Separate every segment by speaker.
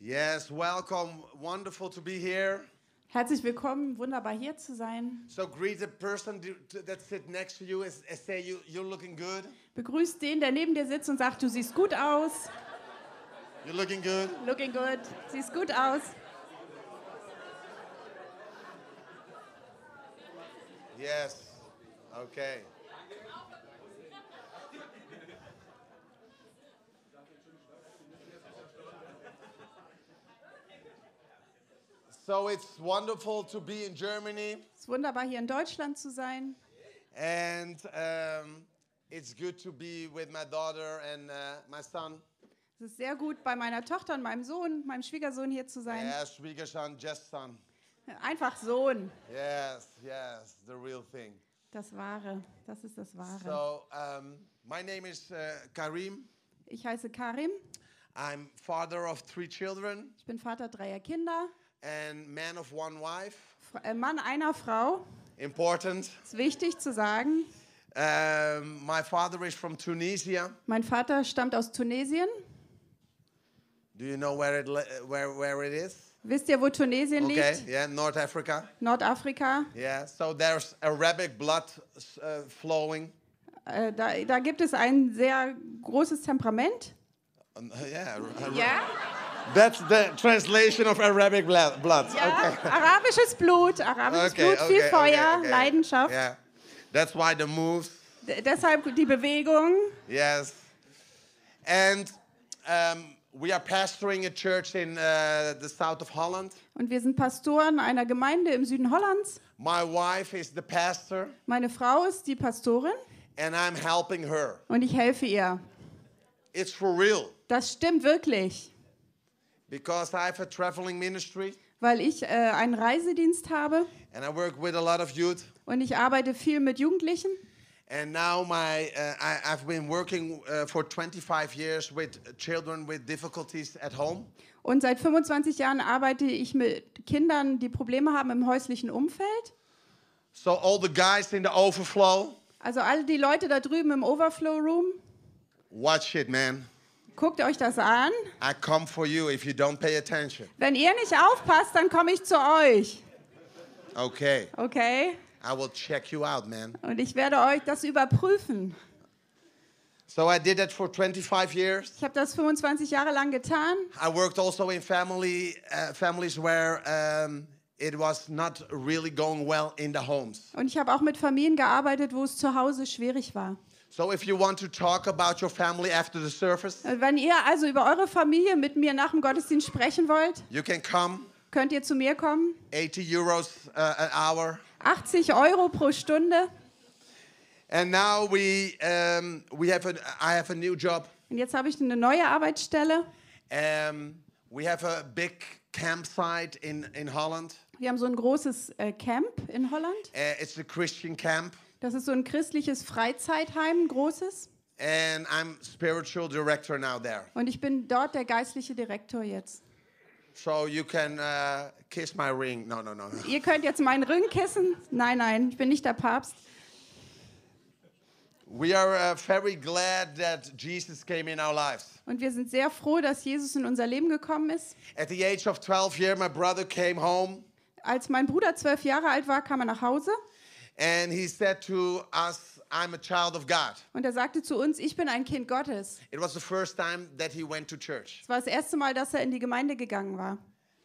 Speaker 1: Yes, welcome. Wonderful to be here.
Speaker 2: Herzlich willkommen, wunderbar hier zu sein.
Speaker 1: So greet the person d- t- that sit next to you and s- and say you, you're looking good.
Speaker 2: Begrüßt den, der neben dir sitzt und sagt, du siehst gut aus.
Speaker 1: You're looking good.
Speaker 2: Looking good. Siehst gut aus.
Speaker 1: Yes. Okay. So it's wonderful to be in Germany,
Speaker 2: Es ist wunderbar hier in Deutschland zu sein.
Speaker 1: and um, it's good to be with my daughter and uh, my son.
Speaker 2: Es ist sehr gut, bei meiner Tochter und meinem Sohn, meinem Schwiegersohn hier zu sein.
Speaker 1: Yeah, Schwiegerson, just son.
Speaker 2: Einfach Sohn.
Speaker 1: Yes, yes, the real thing.
Speaker 2: Das Wahre. Das ist das Wahre.
Speaker 1: So, um, my name is uh, Karim.
Speaker 2: Ich heiße Karim.
Speaker 1: I'm father of three children
Speaker 2: Ich bin Vater dreier Kinder.
Speaker 1: and man of one wife.
Speaker 2: Fr- äh, Mann einer Frau.
Speaker 1: Important.
Speaker 2: Ist wichtig zu sagen.
Speaker 1: Um, my father is from Tunisia.
Speaker 2: Mein Vater stammt aus Tunesien.
Speaker 1: Do you know where it le- where where it is?
Speaker 2: Wisst ihr, wo Tunesien
Speaker 1: Okay.
Speaker 2: liegt?
Speaker 1: Yeah, North Africa.
Speaker 2: Nordafrika.
Speaker 1: Yeah. So there's Arabic blood s- uh, flowing.
Speaker 2: Äh, da, da gibt es ein sehr großes Temperament.
Speaker 1: Um, yeah. Ar-
Speaker 2: Ja,
Speaker 1: That's the translation of Arabic blood. blood.
Speaker 2: ja. Äh, Arabisches Blut, arabisches Blut, viel
Speaker 1: okay,
Speaker 2: Feuer,
Speaker 1: okay, okay.
Speaker 2: Leidenschaft.
Speaker 1: Yeah. That's why the moves.
Speaker 2: D deshalb die Bewegung.
Speaker 1: Yes. And um, we are pastoring a church in uh, the south of Holland.
Speaker 2: Und wir sind Pastoren einer Gemeinde im Süden Hollands.
Speaker 1: My wife is the pastor,
Speaker 2: Meine Frau ist die Pastorin
Speaker 1: and I'm helping her.
Speaker 2: und ich helfe ihr.
Speaker 1: It's for real
Speaker 2: Das stimmt wirklich,
Speaker 1: because I have a traveling ministry
Speaker 2: weil ich äh, einen Reisedienst habe
Speaker 1: and I work with a lot of youth.
Speaker 2: und ich arbeite viel mit Jugendlichen.
Speaker 1: And now my, uh, I, I've been working uh, for 25 years with children with difficulties at home.
Speaker 2: Und seit 25 Jahren arbeite ich mit Kindern, die Probleme haben im häuslichen Umfeld.
Speaker 1: So all the guys in the overflow,
Speaker 2: Also all die Leute da drüben im Overflow Room,
Speaker 1: watch it, man.
Speaker 2: guckt euch das an.
Speaker 1: I come for you if you don't pay attention.
Speaker 2: Wenn ihr nicht aufpasst, dann komme ich zu euch.
Speaker 1: Okay,
Speaker 2: Okay?
Speaker 1: I will check you out, man.
Speaker 2: Und ich werde euch das überprüfen.
Speaker 1: So I did that for 25 years.
Speaker 2: Ich habe das 25 Jahre lang getan.
Speaker 1: I worked also in family uh, families where um, it was not really going well in the homes.
Speaker 2: Und ich habe auch mit Familien gearbeitet, wo es zu Hause schwierig war.
Speaker 1: So if you want to talk about your family after the service,
Speaker 2: Wenn ihr also über eure Familie mit mir nach dem Gottesdienst sprechen wollt,
Speaker 1: you can come.
Speaker 2: könnt ihr zu mir kommen.
Speaker 1: 80 euros uh, an hour.
Speaker 2: 80 Euro pro Stunde.
Speaker 1: And now we um, we have a I have a new job.
Speaker 2: Und jetzt habe ich eine neue Arbeitsstelle.
Speaker 1: Um, we have a big campsite in in Holland.
Speaker 2: Wir haben so ein großes äh, Camp in Holland.
Speaker 1: Uh, it's a Christian camp,
Speaker 2: Das ist so ein christliches Freizeitheim, ein großes.
Speaker 1: and I'm spiritual director now there.
Speaker 2: Und ich bin dort der geistliche Direktor jetzt.
Speaker 1: So you can uh, kiss my ring. No, no, no, no.
Speaker 2: Ihr könnt jetzt meinen Rücken kissen. Nein, nein, ich bin nicht der Papst.
Speaker 1: We are uh, very glad that Jesus came in our lives.
Speaker 2: Und wir sind sehr froh, dass Jesus in unser Leben gekommen ist.
Speaker 1: At the age of 12 years, my brother came home
Speaker 2: Als mein Bruder zwölf Jahre alt war, kam er nach Hause
Speaker 1: and he said to us, I'm a child of God.
Speaker 2: und er sagte zu uns, ich bin ein Kind Gottes.
Speaker 1: It was the first time that he went to church.
Speaker 2: Es war das erste Mal, dass er in die Gemeinde gegangen war.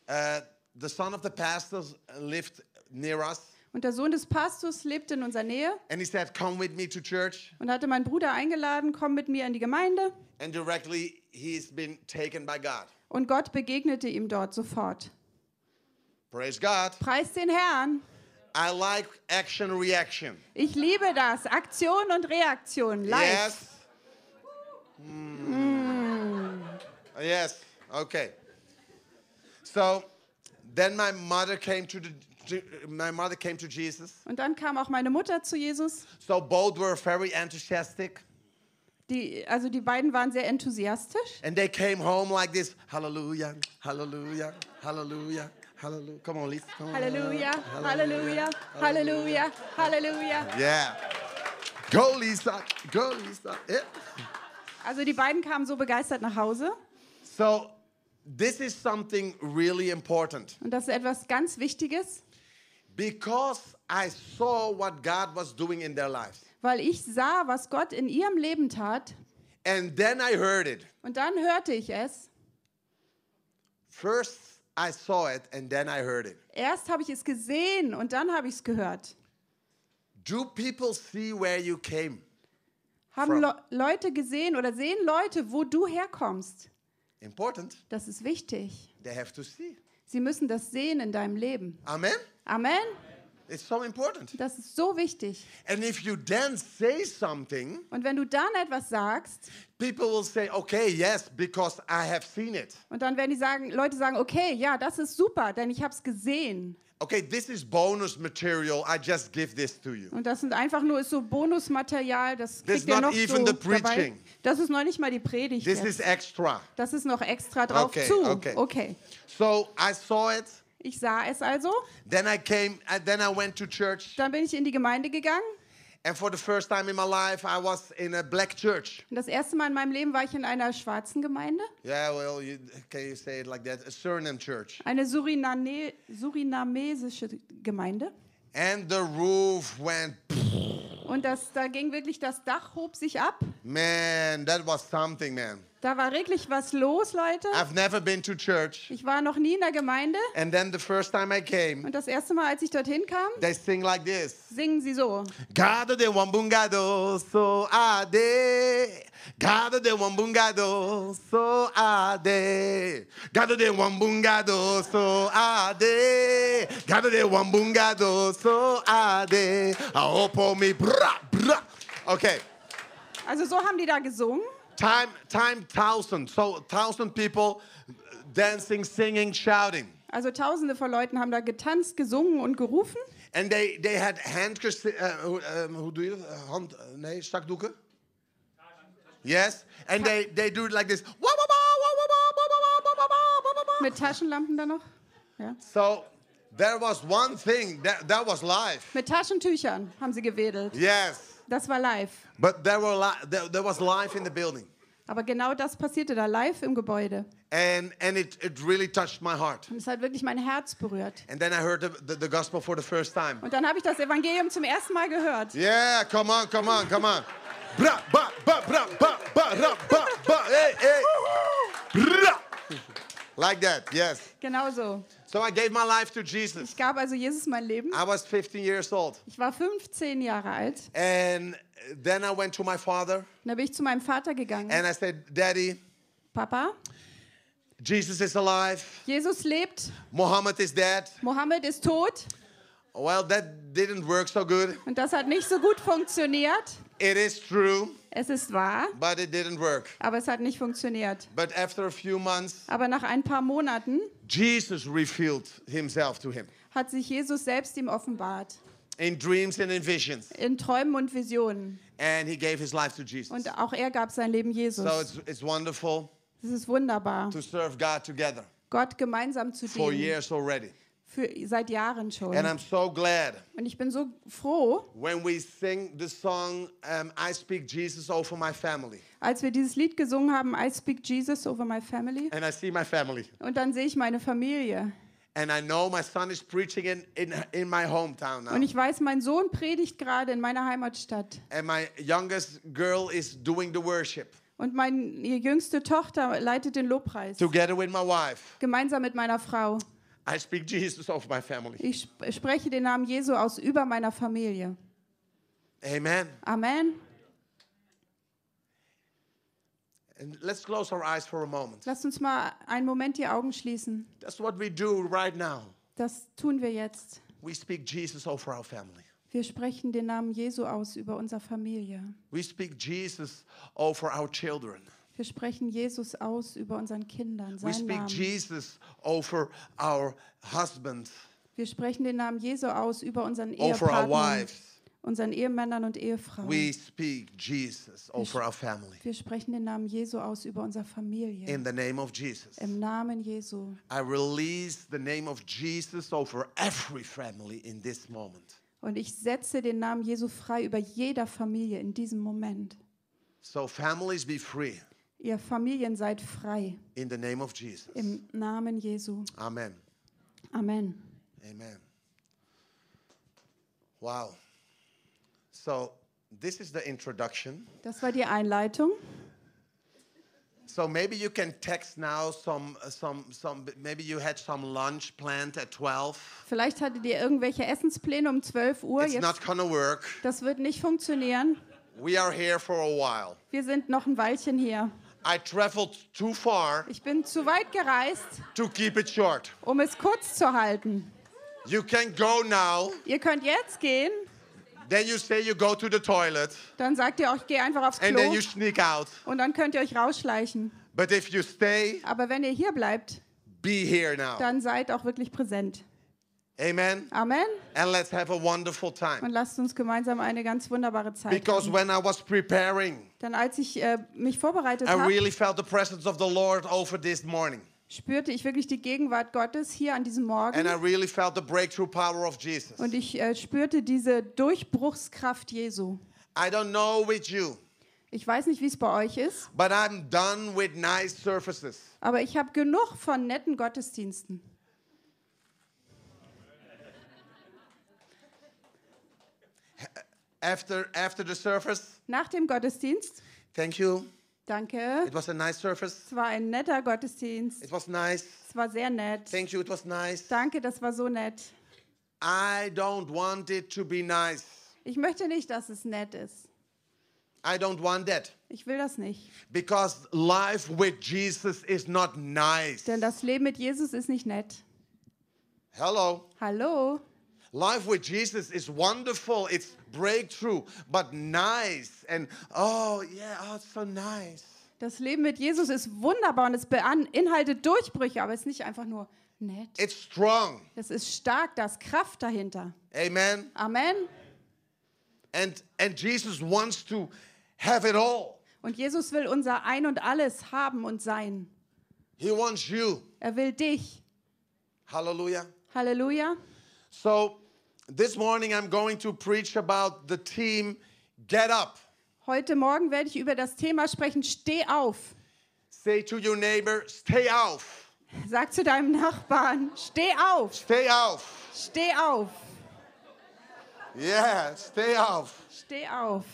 Speaker 1: Uh, the son of the pastors lived near us
Speaker 2: Und der Sohn des Pastors lebte in unserer Nähe
Speaker 1: and he said, Come with me to church.
Speaker 2: und hatte meinen Bruder eingeladen, komm mit mir in die Gemeinde.
Speaker 1: And directly, he's been taken by God.
Speaker 2: Und Gott begegnete ihm dort sofort.
Speaker 1: Praise God.
Speaker 2: Preis den Herrn.
Speaker 1: I like action reaction.
Speaker 2: Ich liebe das. Aktion und Reaktion. Live.
Speaker 1: Yes. Mm. Yes. Okay. So then my mother came to the to, my mother came to Jesus.
Speaker 2: Und dann kam auch meine Mutter zu Jesus.
Speaker 1: So both were very enthusiastic,
Speaker 2: Die, also die beiden waren sehr enthusiastisch.
Speaker 1: and they came home like this: Hallelujah, Hallelujah, Hallelujah, Hallelujah. Come on, Liz. Come on.
Speaker 2: Halleluja, Halleluja, Halleluja, Halleluja.
Speaker 1: Yeah. Go, Lisa. Go, Lisa. Yeah.
Speaker 2: Also die beiden kamen so begeistert nach Hause.
Speaker 1: So This is something really important
Speaker 2: Und das ist etwas ganz Wichtiges,
Speaker 1: because I saw what God was doing in their lives.
Speaker 2: weil ich sah, was Gott in ihrem Leben tat.
Speaker 1: And then I heard it.
Speaker 2: Und dann hörte ich es.
Speaker 1: First, I saw it, and then I heard it.
Speaker 2: Erst habe ich es gesehen und dann habe ich es gehört.
Speaker 1: Do people see where you came?
Speaker 2: Haben
Speaker 1: From.
Speaker 2: Le Leute gesehen oder sehen Leute, wo du herkommst?
Speaker 1: Important.
Speaker 2: Das ist wichtig.
Speaker 1: They have to see.
Speaker 2: Sie müssen das sehen in deinem Leben.
Speaker 1: Amen?
Speaker 2: Amen.
Speaker 1: It's so important.
Speaker 2: Das ist so wichtig.
Speaker 1: And if you then say something,
Speaker 2: Und wenn du dann etwas sagst
Speaker 1: people will say, okay, yes, because I have seen it.
Speaker 2: und dann werden die sagen, Leute sagen, okay, ja, das ist super, denn ich habe es gesehen.
Speaker 1: Okay, this is bonus material. I just give this to you.
Speaker 2: Und das sind einfach nur ist so Bonusmaterial, das
Speaker 1: That's
Speaker 2: kriegt ihr
Speaker 1: not
Speaker 2: noch
Speaker 1: even
Speaker 2: so
Speaker 1: the preaching.
Speaker 2: dabei. Das ist noch nicht mal die Predigt.
Speaker 1: This
Speaker 2: jetzt.
Speaker 1: is extra.
Speaker 2: Das ist noch extra drauf
Speaker 1: Okay,
Speaker 2: zu.
Speaker 1: okay.
Speaker 2: okay.
Speaker 1: So I saw it.
Speaker 2: Ich sah es also.
Speaker 1: Then I came, and then I went to church.
Speaker 2: Dann bin ich in die Gemeinde gegangen.
Speaker 1: And for the first time in my life, I was in a black church.
Speaker 2: Und das erste Mal in meinem Leben war ich in einer schwarzen Gemeinde,
Speaker 1: Yeah, well, you, can you say it like that? A Suriname church.
Speaker 2: eine Surinane, surinamesische Gemeinde.
Speaker 1: And the roof went,
Speaker 2: Und das, da ging wirklich das Dach hob sich ab.
Speaker 1: man, that was something, man.
Speaker 2: Da war wirklich was los, Leute.
Speaker 1: I've never been to church.
Speaker 2: Ich war noch nie in der Gemeinde.
Speaker 1: And then the first time I came,
Speaker 2: Und das erste Mal, als ich dorthin kam,
Speaker 1: they sing like this.
Speaker 2: singen sie so.
Speaker 1: Gado de wambungado, so ade. Gado de wambungado, so ade. Gado de wambungado, so ade. Gado de wambungado, so ade. Aopo mi bra, bra. Okay.
Speaker 2: Also so haben die da gesungen.
Speaker 1: Time, time, thousand. So thousand people dancing, singing, shouting.
Speaker 2: Also tausende von Leuten haben da getanzt, gesungen und gerufen.
Speaker 1: And they, they had handkerchiefs. Uh, hoe, um, hoe doe je dat? Eh, Hand, eh, nee, zakdoeken? Yes. And they, they do it like this. Wa, wa, wa, wa, wa, wa, wa, wa, wa, wa, wa, wa, wa, wa.
Speaker 2: Mit Taschenlampen da noch. Ja.
Speaker 1: So there was one thing that, that was live.
Speaker 2: Mit Taschentüchern haben sie gewedelt.
Speaker 1: Yes.
Speaker 2: Das war live.
Speaker 1: But there, were li- there, there was life in the building.
Speaker 2: Aber genau das passierte da live im Gebäude.
Speaker 1: And, and it, it really touched my heart.
Speaker 2: Und es hat wirklich mein Herz berührt.
Speaker 1: And then I heard the, the, the gospel for the first time.
Speaker 2: Und dann habe ich das Evangelium zum ersten Mal gehört.
Speaker 1: Yeah, come on, come on, come on. Bra, ba, ba, bra, ba, ba, ra, ba, ba, hey, hey. Bra. Like that, yes.
Speaker 2: Genau so.
Speaker 1: So I gave my life to Jesus.
Speaker 2: Ich gab also Jesus mein Leben.
Speaker 1: I was 15 years old.
Speaker 2: Ich war 15 Jahre alt.
Speaker 1: And then I went to my father
Speaker 2: Und da bin ich zu meinem Vater gegangen.
Speaker 1: and I said, Daddy,
Speaker 2: Papa,
Speaker 1: Jesus is alive.
Speaker 2: Jesus lebt.
Speaker 1: Mohammed is dead.
Speaker 2: Mohammed ist tot.
Speaker 1: Well, that didn't work so good.
Speaker 2: Und das hat nicht so gut funktioniert.
Speaker 1: It is true,
Speaker 2: Es ist wahr,
Speaker 1: but it didn't work.
Speaker 2: aber es hat nicht funktioniert.
Speaker 1: But after a few months,
Speaker 2: Aber nach ein paar Monaten
Speaker 1: Jesus revealed himself to him
Speaker 2: hat sich Jesus selbst ihm offenbart.
Speaker 1: in dreams and in visions.
Speaker 2: In Träumen und Visionen.
Speaker 1: And he gave his life to Jesus.
Speaker 2: Und auch er gab sein Leben
Speaker 1: So
Speaker 2: Jesus.
Speaker 1: it's, it's wonderful
Speaker 2: Es ist wunderbar,
Speaker 1: to serve God together
Speaker 2: Gott gemeinsam zu
Speaker 1: for
Speaker 2: dienen.
Speaker 1: years already.
Speaker 2: Für, seit Jahren schon.
Speaker 1: And I'm so glad
Speaker 2: Und ich bin so froh,
Speaker 1: when we sing the song, um, I Speak Jesus Over My Family.
Speaker 2: als wir dieses Lied gesungen haben, I Speak Jesus Over My Family.
Speaker 1: And I see my family.
Speaker 2: Und dann sehe ich meine Familie.
Speaker 1: And I know my son is preaching in, in, in my hometown
Speaker 2: Und
Speaker 1: now.
Speaker 2: ich weiß, mein Sohn predigt gerade in meiner Heimatstadt.
Speaker 1: And my youngest girl is doing the worship
Speaker 2: Und meine jüngste Tochter leitet den Lobpreis.
Speaker 1: together with my wife.
Speaker 2: Gemeinsam mit meiner Frau.
Speaker 1: I speak Jesus over my family.
Speaker 2: Ich sp- spreche den Namen Jesu aus über meiner Familie.
Speaker 1: Amen.
Speaker 2: Amen.
Speaker 1: And let's close our eyes for a moment.
Speaker 2: Lasst uns mal einen Moment die Augen schließen.
Speaker 1: That's what we do right now.
Speaker 2: Das tun wir jetzt.
Speaker 1: We speak Jesus over our family.
Speaker 2: Wir sprechen den Namen Jesu aus über unsere Familie.
Speaker 1: We speak Jesus over our children.
Speaker 2: Wir sprechen Jesus aus über unseren Kindern,
Speaker 1: We
Speaker 2: seinen
Speaker 1: speak
Speaker 2: Namen.
Speaker 1: Jesus over our husbands,
Speaker 2: Wir sprechen den Namen Jesu aus über unseren
Speaker 1: over our
Speaker 2: Ehepartnern,
Speaker 1: wives.
Speaker 2: unseren Ehemännern und Ehefrauen.
Speaker 1: We speak Jesus over our family.
Speaker 2: Wir sprechen den Namen Jesu aus über unsere Familie.
Speaker 1: In the name of Jesus.
Speaker 2: Im Namen Jesu.
Speaker 1: I release the name of Jesus over every family in this moment.
Speaker 2: Und ich setze den Namen Jesu frei über jeder Familie in diesem Moment.
Speaker 1: So families be free.
Speaker 2: Ihr Familien seid frei
Speaker 1: in the name of Jesus.
Speaker 2: im Namen Jesu.
Speaker 1: Amen.
Speaker 2: Amen.
Speaker 1: Amen. Wow. So, this is the introduction.
Speaker 2: Das war die Einleitung.
Speaker 1: So maybe you can text now some some some maybe you had some lunch planned at 12.
Speaker 2: Vielleicht hattet ihr irgendwelche Essenspläne um 12 Uhr.
Speaker 1: It's not
Speaker 2: Jetzt,
Speaker 1: going to work.
Speaker 2: das wird nicht funktionieren.
Speaker 1: We are here for a while.
Speaker 2: Wir sind noch ein Weilchen hier.
Speaker 1: I traveled too far
Speaker 2: Ich bin zu weit gereist,
Speaker 1: to keep it short.
Speaker 2: um es kurz zu halten.
Speaker 1: You can go now.
Speaker 2: Ihr könnt jetzt gehen.
Speaker 1: Then you say you go to the toilet
Speaker 2: Dann sagt ihr auch, ich gehe einfach aufs
Speaker 1: and then
Speaker 2: Klo.
Speaker 1: you sneak out.
Speaker 2: Und dann könnt ihr euch rausschleichen.
Speaker 1: But if you stay,
Speaker 2: Aber wenn ihr hier bleibt,
Speaker 1: be here now.
Speaker 2: dann seid auch wirklich präsent.
Speaker 1: Amen.
Speaker 2: Amen.
Speaker 1: And let's have a wonderful
Speaker 2: Und
Speaker 1: time.
Speaker 2: lasst uns gemeinsam eine ganz wunderbare Zeit
Speaker 1: Because
Speaker 2: haben.
Speaker 1: when I was preparing,
Speaker 2: Denn als ich äh, mich vorbereitet
Speaker 1: I
Speaker 2: habe,
Speaker 1: really felt the presence of the Lord over this morning.
Speaker 2: spürte ich wirklich die Gegenwart Gottes hier an diesem
Speaker 1: And I
Speaker 2: Morgen.
Speaker 1: really felt the breakthrough power of Jesus.
Speaker 2: Und ich äh, spürte diese Durchbruchskraft Jesu.
Speaker 1: I don't know with you,
Speaker 2: Ich weiß nicht, wie es bei euch ist,
Speaker 1: but I'm done with nice surfaces.
Speaker 2: aber ich habe genug von netten Gottesdiensten.
Speaker 1: After after the service,
Speaker 2: Nach dem Gottesdienst,
Speaker 1: thank you.
Speaker 2: danke,
Speaker 1: It was a nice service.
Speaker 2: es war ein netter Gottesdienst,
Speaker 1: It was nice.
Speaker 2: es war sehr nett.
Speaker 1: Thank you. It was nice.
Speaker 2: Danke, das war so nett.
Speaker 1: I don't want it to be nice.
Speaker 2: Ich möchte nicht, dass es nett ist.
Speaker 1: I don't want that.
Speaker 2: Ich will das nicht.
Speaker 1: Because life with Jesus is not nice.
Speaker 2: Denn das Leben mit Jesus ist nicht nett.
Speaker 1: Hello.
Speaker 2: Hallo?
Speaker 1: Life with Jesus is wonderful. It's breakthrough, but nice. And oh, yeah, oh, it's so nice.
Speaker 2: Das Leben mit Jesus ist wunderbar und es beinhaltet Durchbrüche, aber es ist nicht einfach nur nett.
Speaker 1: It's strong.
Speaker 2: Es ist stark, da ist Kraft dahinter.
Speaker 1: Amen.
Speaker 2: Amen.
Speaker 1: And and Jesus wants to have it all.
Speaker 2: Und Jesus will unser Ein und Alles haben und sein.
Speaker 1: He wants you.
Speaker 2: Er will dich.
Speaker 1: Hallelujah.
Speaker 2: Halleluja.
Speaker 1: So this morning I'm going to preach about the team get up.
Speaker 2: Heute Morgen werde ich über das Thema sprechen, steh auf.
Speaker 1: Say to your neighbor, stay auf.
Speaker 2: Sag zu deinem Nachbarn, steh auf,
Speaker 1: Stay auf.
Speaker 2: steh auf,
Speaker 1: Yeah, stay auf.
Speaker 2: steh auf.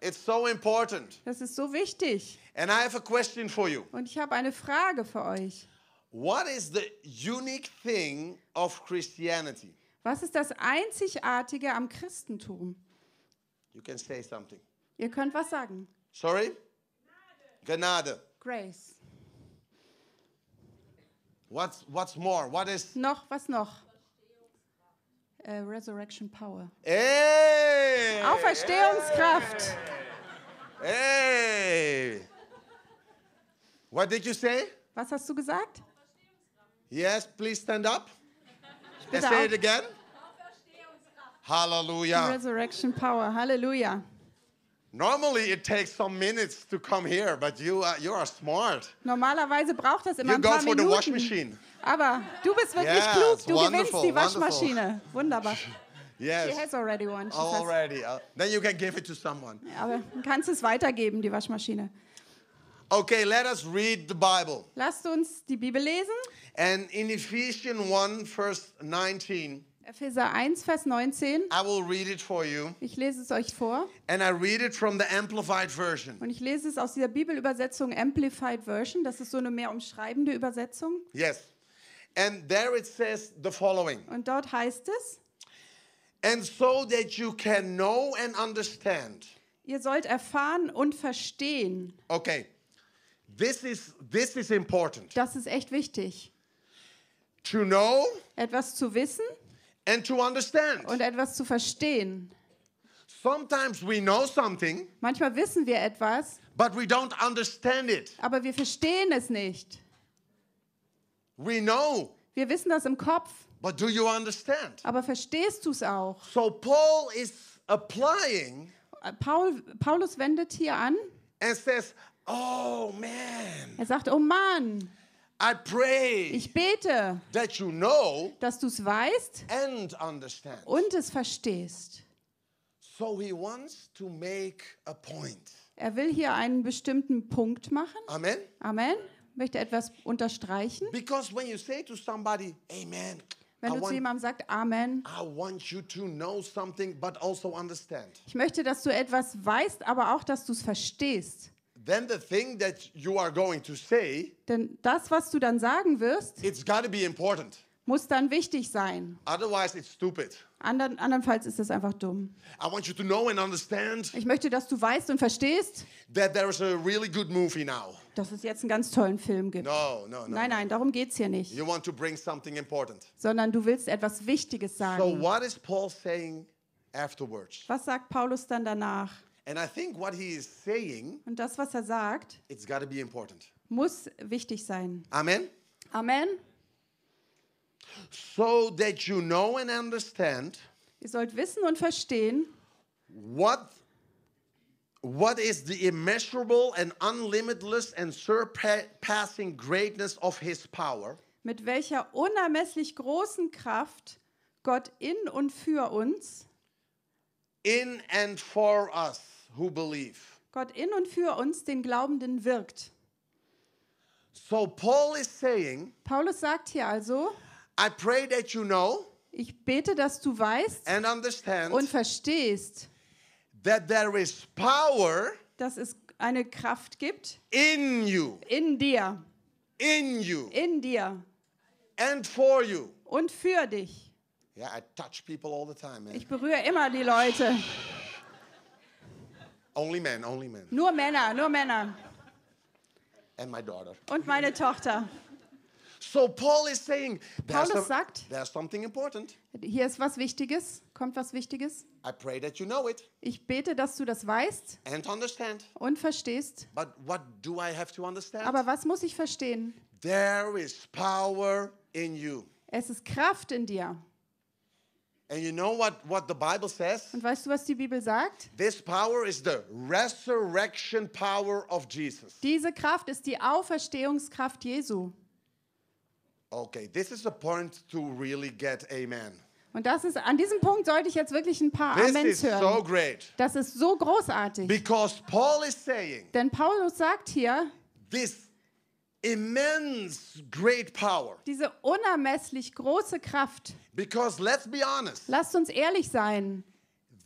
Speaker 1: It's so important.
Speaker 2: Das ist so wichtig.
Speaker 1: And I have a question for you.
Speaker 2: Und ich habe eine Frage für euch.
Speaker 1: What is the unique thing of Christianity?
Speaker 2: Was ist das Einzigartige am Christentum?
Speaker 1: You can say something.
Speaker 2: Ihr könnt was sagen.
Speaker 1: Sorry? Gnade.
Speaker 2: Grace.
Speaker 1: What's what's more? What is
Speaker 2: Noch, was noch? Äh, Resurrection Power.
Speaker 1: Hey!
Speaker 2: Auferstehungskraft.
Speaker 1: Hey! What did you say?
Speaker 2: Was hast du gesagt?
Speaker 1: Yes, please stand up. And
Speaker 2: bitte
Speaker 1: say it
Speaker 2: auf.
Speaker 1: again. Hallelujah.
Speaker 2: Resurrection Power. Halleluja.
Speaker 1: Normally it takes some minutes to come here, but you are, you are smart.
Speaker 2: Normalerweise braucht das immer
Speaker 1: You
Speaker 2: ein
Speaker 1: go
Speaker 2: paar
Speaker 1: for the
Speaker 2: Minuten.
Speaker 1: wash machine.
Speaker 2: Aber du bist wirklich
Speaker 1: Yes,
Speaker 2: klug. Du gewinnst
Speaker 1: wonderful,
Speaker 2: die Waschmaschine. Wunderbar. She
Speaker 1: Yes.
Speaker 2: has already one. She says.
Speaker 1: Already. uh, then you can give it to someone.
Speaker 2: Aber du kannst es weitergeben, die Waschmaschine.
Speaker 1: Okay, let us read the Bible.
Speaker 2: Lasst uns die Bibel lesen.
Speaker 1: And in Ephesians 1, verse 19,
Speaker 2: Epheser 1, Vers 19.
Speaker 1: I will read it for you.
Speaker 2: Ich lese es euch vor.
Speaker 1: And I read it from the Amplified Version.
Speaker 2: Und ich lese es aus dieser Bibelübersetzung Amplified Version. Das ist so eine mehr umschreibende Übersetzung.
Speaker 1: Yes. And there it says the following
Speaker 2: Und dort heißt es,
Speaker 1: And so that you can know and understand.
Speaker 2: ihr sollt erfahren und verstehen.
Speaker 1: Okay. This is this is important.
Speaker 2: Das ist echt wichtig.
Speaker 1: To know
Speaker 2: Etwas zu wissen
Speaker 1: and to understand.
Speaker 2: und etwas zu verstehen.
Speaker 1: Sometimes we know something,
Speaker 2: Manchmal wissen wir etwas,
Speaker 1: but we don't understand it.
Speaker 2: aber wir verstehen es nicht.
Speaker 1: We know,
Speaker 2: Wir wissen das im Kopf,
Speaker 1: but do you understand?
Speaker 2: aber verstehst du es auch?
Speaker 1: So Paul is applying
Speaker 2: Paul, Paulus wendet hier an.
Speaker 1: and says, Oh man,
Speaker 2: Er sagt, oh Mann,
Speaker 1: I pray
Speaker 2: ich bete,
Speaker 1: that you know
Speaker 2: dass du es weißt
Speaker 1: and understand.
Speaker 2: und es verstehst.
Speaker 1: So he wants to make a point.
Speaker 2: Er will hier einen bestimmten Punkt machen.
Speaker 1: Amen?
Speaker 2: Amen. Möchte etwas unterstreichen.
Speaker 1: Because when you say to somebody, Amen, I
Speaker 2: Wenn du zu
Speaker 1: want,
Speaker 2: jemandem sagst, Amen.
Speaker 1: I want you to know something but also understand.
Speaker 2: Ich möchte, dass du etwas weißt, aber auch, dass du es verstehst.
Speaker 1: Then the thing that you are going to say,
Speaker 2: Denn das, was du dann sagen wirst,
Speaker 1: it's got to be important.
Speaker 2: muss dann wichtig sein.
Speaker 1: Otherwise, it's stupid.
Speaker 2: Andern, andernfalls ist das einfach dumm.
Speaker 1: I want you to know and understand
Speaker 2: Ich möchte, dass du weißt und verstehst,
Speaker 1: that there is a really good movie now.
Speaker 2: dass es jetzt einen ganz tollen Film gibt.
Speaker 1: No, no, no.
Speaker 2: Nein, nein, darum geht es hier nicht.
Speaker 1: You want to bring something important.
Speaker 2: Sondern du willst etwas Wichtiges
Speaker 1: So,
Speaker 2: sagen.
Speaker 1: what is Paul saying afterwards?
Speaker 2: Was sagt Paulus dann danach?
Speaker 1: And I think what he is saying,
Speaker 2: Und das, was er sagt,
Speaker 1: it's got to be important.
Speaker 2: muss wichtig sein.
Speaker 1: Amen?
Speaker 2: Amen.
Speaker 1: So that you know and understand
Speaker 2: Ihr sollt wissen und verstehen,
Speaker 1: what what is the immeasurable and unlimitless and surpassing greatness of his power
Speaker 2: mit welcher unermesslich großen Kraft Gott in und für uns,
Speaker 1: in and for us who believe.
Speaker 2: Gott in und für uns den Glaubenden wirkt.
Speaker 1: So Paul is saying,
Speaker 2: Paulus sagt hier also,
Speaker 1: I pray that you know
Speaker 2: ich bete, dass du weißt
Speaker 1: and understand
Speaker 2: und verstehst,
Speaker 1: that there is power
Speaker 2: dass es eine Kraft gibt
Speaker 1: in you,
Speaker 2: in dir,
Speaker 1: in you,
Speaker 2: in dir
Speaker 1: and for you.
Speaker 2: und für dich.
Speaker 1: Yeah, I touch people all the time, man.
Speaker 2: Ich berühre immer die Leute.
Speaker 1: Only men, only men.
Speaker 2: Nur Männer, nur Männer.
Speaker 1: And my daughter.
Speaker 2: Und meine Tochter.
Speaker 1: So Paul is saying, there's,
Speaker 2: Paulus
Speaker 1: some-
Speaker 2: sagt-
Speaker 1: there's something important.
Speaker 2: Hier ist was Wichtiges. Kommt was Wichtiges.
Speaker 1: I pray that you know it
Speaker 2: Ich bete, dass du das weißt
Speaker 1: and understand.
Speaker 2: und verstehst.
Speaker 1: But what do I have to understand?
Speaker 2: Aber was muss ich verstehen?
Speaker 1: there is power in you.
Speaker 2: Es ist Kraft in dir.
Speaker 1: And you know what, what the Bible says?
Speaker 2: Und weißt du, was die Bibel sagt?
Speaker 1: This power is the resurrection power of Jesus.
Speaker 2: Diese Kraft ist die Auferstehungskraft Jesu.
Speaker 1: Okay, this is a point to really get amen.
Speaker 2: Und das ist, an diesem Punkt sollte ich jetzt wirklich ein paar
Speaker 1: This
Speaker 2: Amens
Speaker 1: is so
Speaker 2: hören.
Speaker 1: great
Speaker 2: Das ist so großartig.
Speaker 1: because Paul is saying
Speaker 2: Denn Paulus sagt hier,
Speaker 1: this immense great power.
Speaker 2: diese unermesslich große Kraft.
Speaker 1: Because let's be honest,
Speaker 2: Lasst uns ehrlich sein.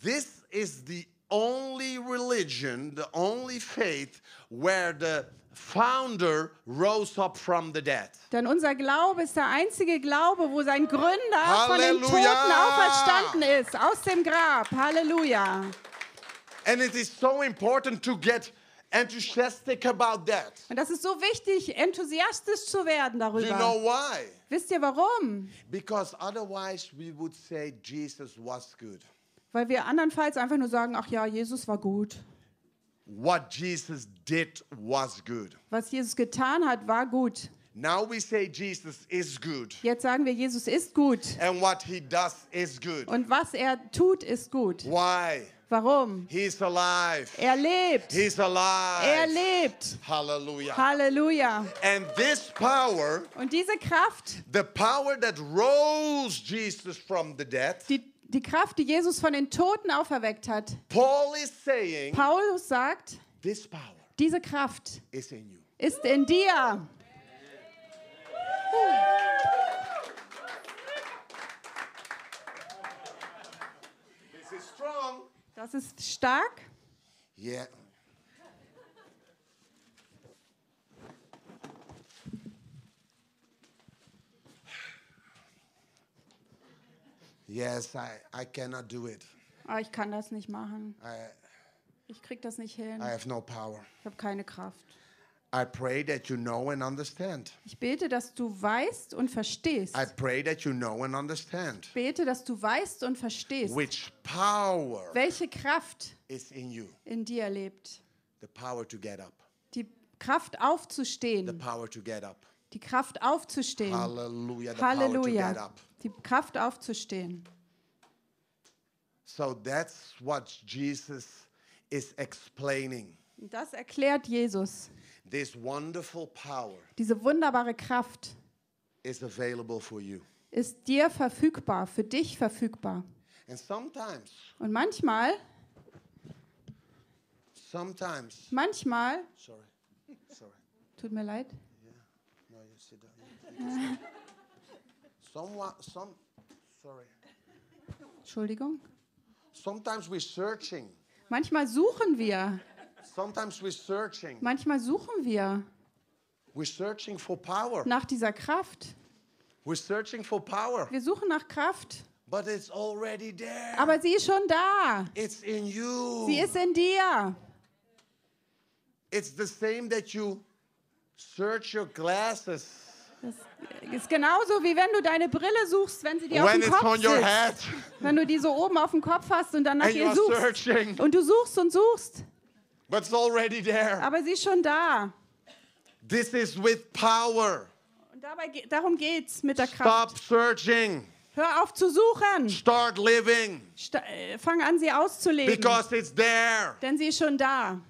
Speaker 1: this is the only religion, the only faith where the founder rose up from the dead.
Speaker 2: Denn unser Glaube ist der einzige Glaube, wo sein Gründer von den Toten
Speaker 1: Halleluja!
Speaker 2: auferstanden ist, aus dem Grab. Halleluja.
Speaker 1: And it is so important to get enthusiastic about that.
Speaker 2: Und das ist so wichtig, enthusiastisch zu werden
Speaker 1: Do
Speaker 2: darüber.
Speaker 1: you know why?
Speaker 2: Wisst ihr warum?
Speaker 1: Because otherwise we would say Jesus was good.
Speaker 2: Weil wir andernfalls einfach nur sagen, ach ja, Jesus war gut.
Speaker 1: What Jesus did was good.
Speaker 2: Was Jesus getan hat, war gut.
Speaker 1: Now we say Jesus is good.
Speaker 2: Jetzt sagen wir, Jesus ist gut.
Speaker 1: And what he does is good.
Speaker 2: Und was er tut, ist gut.
Speaker 1: Why?
Speaker 2: Warum?
Speaker 1: He's alive.
Speaker 2: Er lebt.
Speaker 1: He's alive.
Speaker 2: Er lebt.
Speaker 1: Hallelujah.
Speaker 2: Halleluja.
Speaker 1: and this power,
Speaker 2: Und diese Kraft,
Speaker 1: the power that rose Jesus from the dead,
Speaker 2: die, die Kraft, die Jesus von den Toten auferweckt hat.
Speaker 1: Paul is saying
Speaker 2: Paulus sagt,
Speaker 1: this power
Speaker 2: diese Kraft
Speaker 1: is in you.
Speaker 2: ist in dir.
Speaker 1: This is strong.
Speaker 2: Das ist stark.
Speaker 1: Yeah. Yes, I, I cannot do it.
Speaker 2: Ah, ich kann das nicht machen.
Speaker 1: I,
Speaker 2: Ich krieg das nicht hin.
Speaker 1: I have no power.
Speaker 2: Ich habe keine Kraft.
Speaker 1: I pray that you know and understand.
Speaker 2: Ich bete, dass du weißt und verstehst.
Speaker 1: I pray that you know and understand
Speaker 2: Ich bete, dass du weißt und verstehst,
Speaker 1: which power
Speaker 2: welche Kraft
Speaker 1: is in you.
Speaker 2: in dir lebt.
Speaker 1: The power to get up.
Speaker 2: Die Kraft
Speaker 1: The
Speaker 2: aufzustehen.
Speaker 1: power to get up.
Speaker 2: Die Kraft aufzustehen.
Speaker 1: Hallelujah. The power to get
Speaker 2: Halleluja.
Speaker 1: up.
Speaker 2: Die Kraft aufzustehen.
Speaker 1: So that's what Jesus is explaining.
Speaker 2: Und das erklärt Jesus.
Speaker 1: This wonderful power
Speaker 2: Diese wunderbare Kraft.
Speaker 1: is available for you.
Speaker 2: ist dir verfügbar, für dich verfügbar.
Speaker 1: And sometimes,
Speaker 2: Und manchmal,
Speaker 1: Sometimes.
Speaker 2: Manchmal,
Speaker 1: Sorry. Sorry.
Speaker 2: tut mir leid,
Speaker 1: No, you sit down. You can sit down. Someone, some, sorry.
Speaker 2: Entschuldigung,
Speaker 1: Sometimes we're searching.
Speaker 2: manchmal suchen wir,
Speaker 1: Sometimes we're searching.
Speaker 2: manchmal suchen wir
Speaker 1: We're searching for power.
Speaker 2: nach dieser Kraft.
Speaker 1: We're searching for power.
Speaker 2: Wir suchen nach Kraft,
Speaker 1: But it's already there.
Speaker 2: aber sie ist schon da.
Speaker 1: It's in
Speaker 2: Sie
Speaker 1: you.
Speaker 2: ist in dir.
Speaker 1: It's the same that you search your glasses
Speaker 2: Das ist genauso wie wenn du deine Brille suchst, wenn sie dir
Speaker 1: when
Speaker 2: auf
Speaker 1: it's
Speaker 2: dem Kopf
Speaker 1: on your
Speaker 2: sitzt.
Speaker 1: head
Speaker 2: Wenn du die so oben auf dem Kopf hast und dann nach
Speaker 1: and you
Speaker 2: ihr
Speaker 1: are
Speaker 2: suchst.
Speaker 1: searching,
Speaker 2: Und du suchst und suchst,
Speaker 1: but it's already there.
Speaker 2: aber sie ist schon da.
Speaker 1: This is with power.
Speaker 2: Und dabei, ge- darum geht's mit der Kraft.
Speaker 1: Stop searching.
Speaker 2: Hör auf zu suchen.
Speaker 1: Start living
Speaker 2: Sta äh, fang an, sie auszuleben.
Speaker 1: because it's there.
Speaker 2: denn sie ist schon da.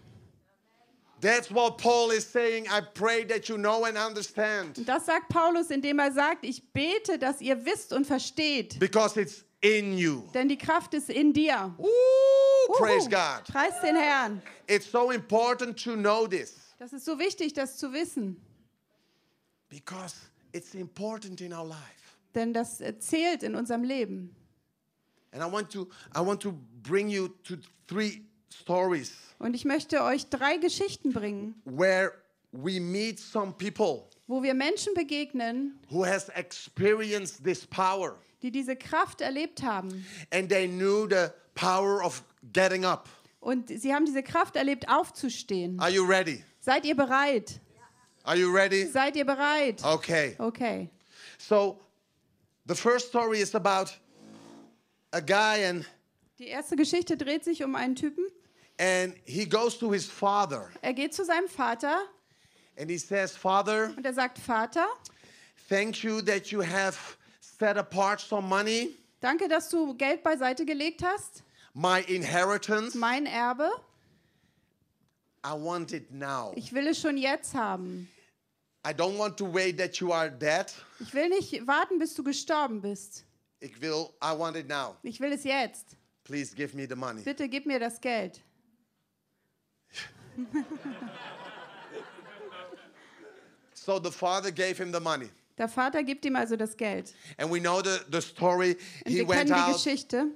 Speaker 1: That's what Paul is saying. I pray that you know and understand
Speaker 2: Das sagt Paulus, indem er sagt, ich bete, dass ihr wisst und versteht.
Speaker 1: because it's in you.
Speaker 2: Denn die Kraft ist in dir.
Speaker 1: Ooh, Oh, praise
Speaker 2: Uhu.
Speaker 1: God.
Speaker 2: Preis den Herrn.
Speaker 1: It's so important to know this
Speaker 2: Das ist so wichtig, das zu wissen.
Speaker 1: because it's important in our life.
Speaker 2: Denn das äh, zählt in unserem Leben.
Speaker 1: And I want to I want to bring you to three stories
Speaker 2: Und ich möchte euch drei Geschichten bringen,
Speaker 1: where we meet some people
Speaker 2: wo wir Menschen begegnen,
Speaker 1: who has experienced this power
Speaker 2: die diese Kraft erlebt haben.
Speaker 1: and they knew the power of getting up.
Speaker 2: Und sie haben diese Kraft erlebt, aufzustehen.
Speaker 1: Are you ready?
Speaker 2: Seid ihr bereit?
Speaker 1: Are you ready?
Speaker 2: Seid ihr bereit?
Speaker 1: Okay.
Speaker 2: Okay.
Speaker 1: So the first story is about a guy and
Speaker 2: Die erste Geschichte dreht sich um einen Typen.
Speaker 1: and he goes to his father
Speaker 2: Er geht zu seinem Vater
Speaker 1: and he says, "Father,
Speaker 2: und er sagt, Vater,
Speaker 1: thank you that you have set apart some money,
Speaker 2: danke, dass du Geld beiseite gelegt hast,
Speaker 1: my inheritance.
Speaker 2: mein Erbe.
Speaker 1: I want it now.
Speaker 2: Ich will es schon jetzt haben.
Speaker 1: I don't want to wait that you are dead.
Speaker 2: Ich will nicht warten, bis du gestorben bist.
Speaker 1: Ik wil, I want it now.
Speaker 2: Ich will es jetzt.
Speaker 1: Please give me the money.
Speaker 2: Bitte gib mir das Geld.
Speaker 1: So the father gave him the money.
Speaker 2: Der Vater gibt ihm also das Geld.
Speaker 1: And we know the, the story.
Speaker 2: Und
Speaker 1: He
Speaker 2: wir kennen
Speaker 1: went
Speaker 2: die
Speaker 1: out.
Speaker 2: Geschichte.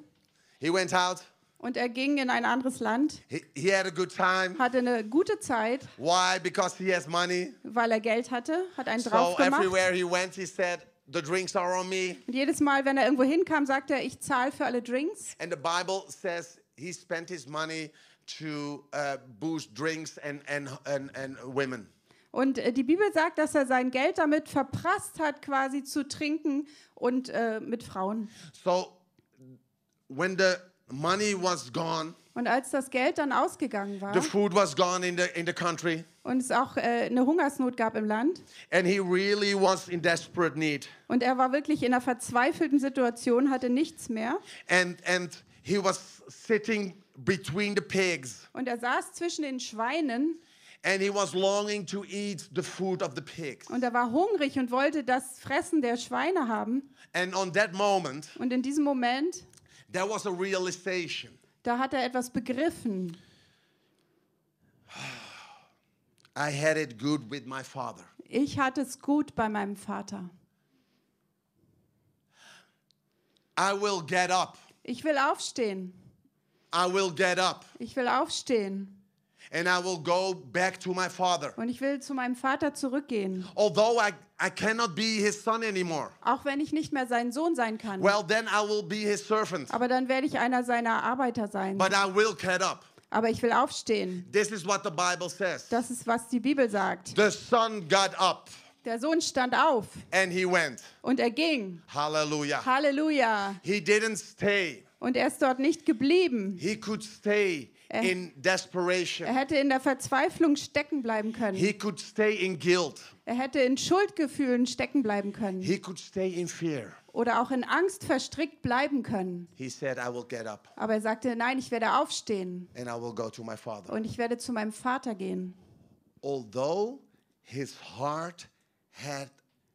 Speaker 1: He went out.
Speaker 2: Und er ging in ein anderes Land,
Speaker 1: He, he had a good time.
Speaker 2: hatte eine gute Zeit,
Speaker 1: Why? Because he has money.
Speaker 2: weil er Geld hatte, hat einen
Speaker 1: So
Speaker 2: drauf gemacht. Und
Speaker 1: everywhere he went, he said, The drinks are on me.
Speaker 2: jedes Mal, wenn er irgendwo hinkam, sagte er, ich zahle für alle Drinks.
Speaker 1: And the Bible says he spent his money to uh, boost drinks and, and, and, and women.
Speaker 2: Und äh, die Bibel sagt, dass er sein Geld damit verprasst hat, quasi zu trinken und äh, mit Frauen.
Speaker 1: So when the money was gone,
Speaker 2: Und als das Geld dann ausgegangen war
Speaker 1: the food was gone in the, in the country,
Speaker 2: und es auch äh, eine Hungersnot gab im Land
Speaker 1: and he really was in desperate need.
Speaker 2: und er war wirklich in einer verzweifelten Situation, hatte nichts mehr
Speaker 1: And, and he was sitting between the pigs,
Speaker 2: und er saß zwischen den Schweinen
Speaker 1: and he was longing to eat the food of the pigs.
Speaker 2: und er war hungrig und wollte das Fressen der Schweine haben.
Speaker 1: And on that moment,
Speaker 2: Und in diesem Moment,
Speaker 1: there was a realization.
Speaker 2: da hat er etwas begriffen.
Speaker 1: I had it good with my father.
Speaker 2: Ich hatte es gut bei meinem Vater.
Speaker 1: I will get up.
Speaker 2: Ich will aufstehen.
Speaker 1: I will get up
Speaker 2: Ich will aufstehen.
Speaker 1: and I will go back to my father.
Speaker 2: Und ich will zu meinem Vater zurückgehen,
Speaker 1: Although I, I cannot be his son anymore.
Speaker 2: auch wenn ich nicht mehr sein Sohn sein kann.
Speaker 1: Well, then I will be his servant.
Speaker 2: Aber dann werde ich einer seiner Arbeiter sein.
Speaker 1: But I will get up.
Speaker 2: Aber ich will aufstehen.
Speaker 1: This is what the Bible says.
Speaker 2: Das ist, was die Bibel sagt.
Speaker 1: The son got up
Speaker 2: Der Sohn stand auf
Speaker 1: and he went.
Speaker 2: und er ging.
Speaker 1: Hallelujah.
Speaker 2: Halleluja.
Speaker 1: He didn't stay.
Speaker 2: Und er ist dort nicht geblieben.
Speaker 1: He could stay
Speaker 2: Eh.
Speaker 1: in
Speaker 2: Er
Speaker 1: desperation.
Speaker 2: hätte in der Verzweiflung stecken bleiben können.
Speaker 1: He could stay in guilt.
Speaker 2: Er hätte in Schuldgefühlen stecken bleiben können.
Speaker 1: He could stay in fear.
Speaker 2: Oder auch in Angst verstrickt bleiben können.
Speaker 1: He said, I will get up
Speaker 2: Aber er sagte, nein, ich werde aufstehen
Speaker 1: and I will go to my father.
Speaker 2: und ich werde zu meinem Vater gehen.
Speaker 1: although his heart had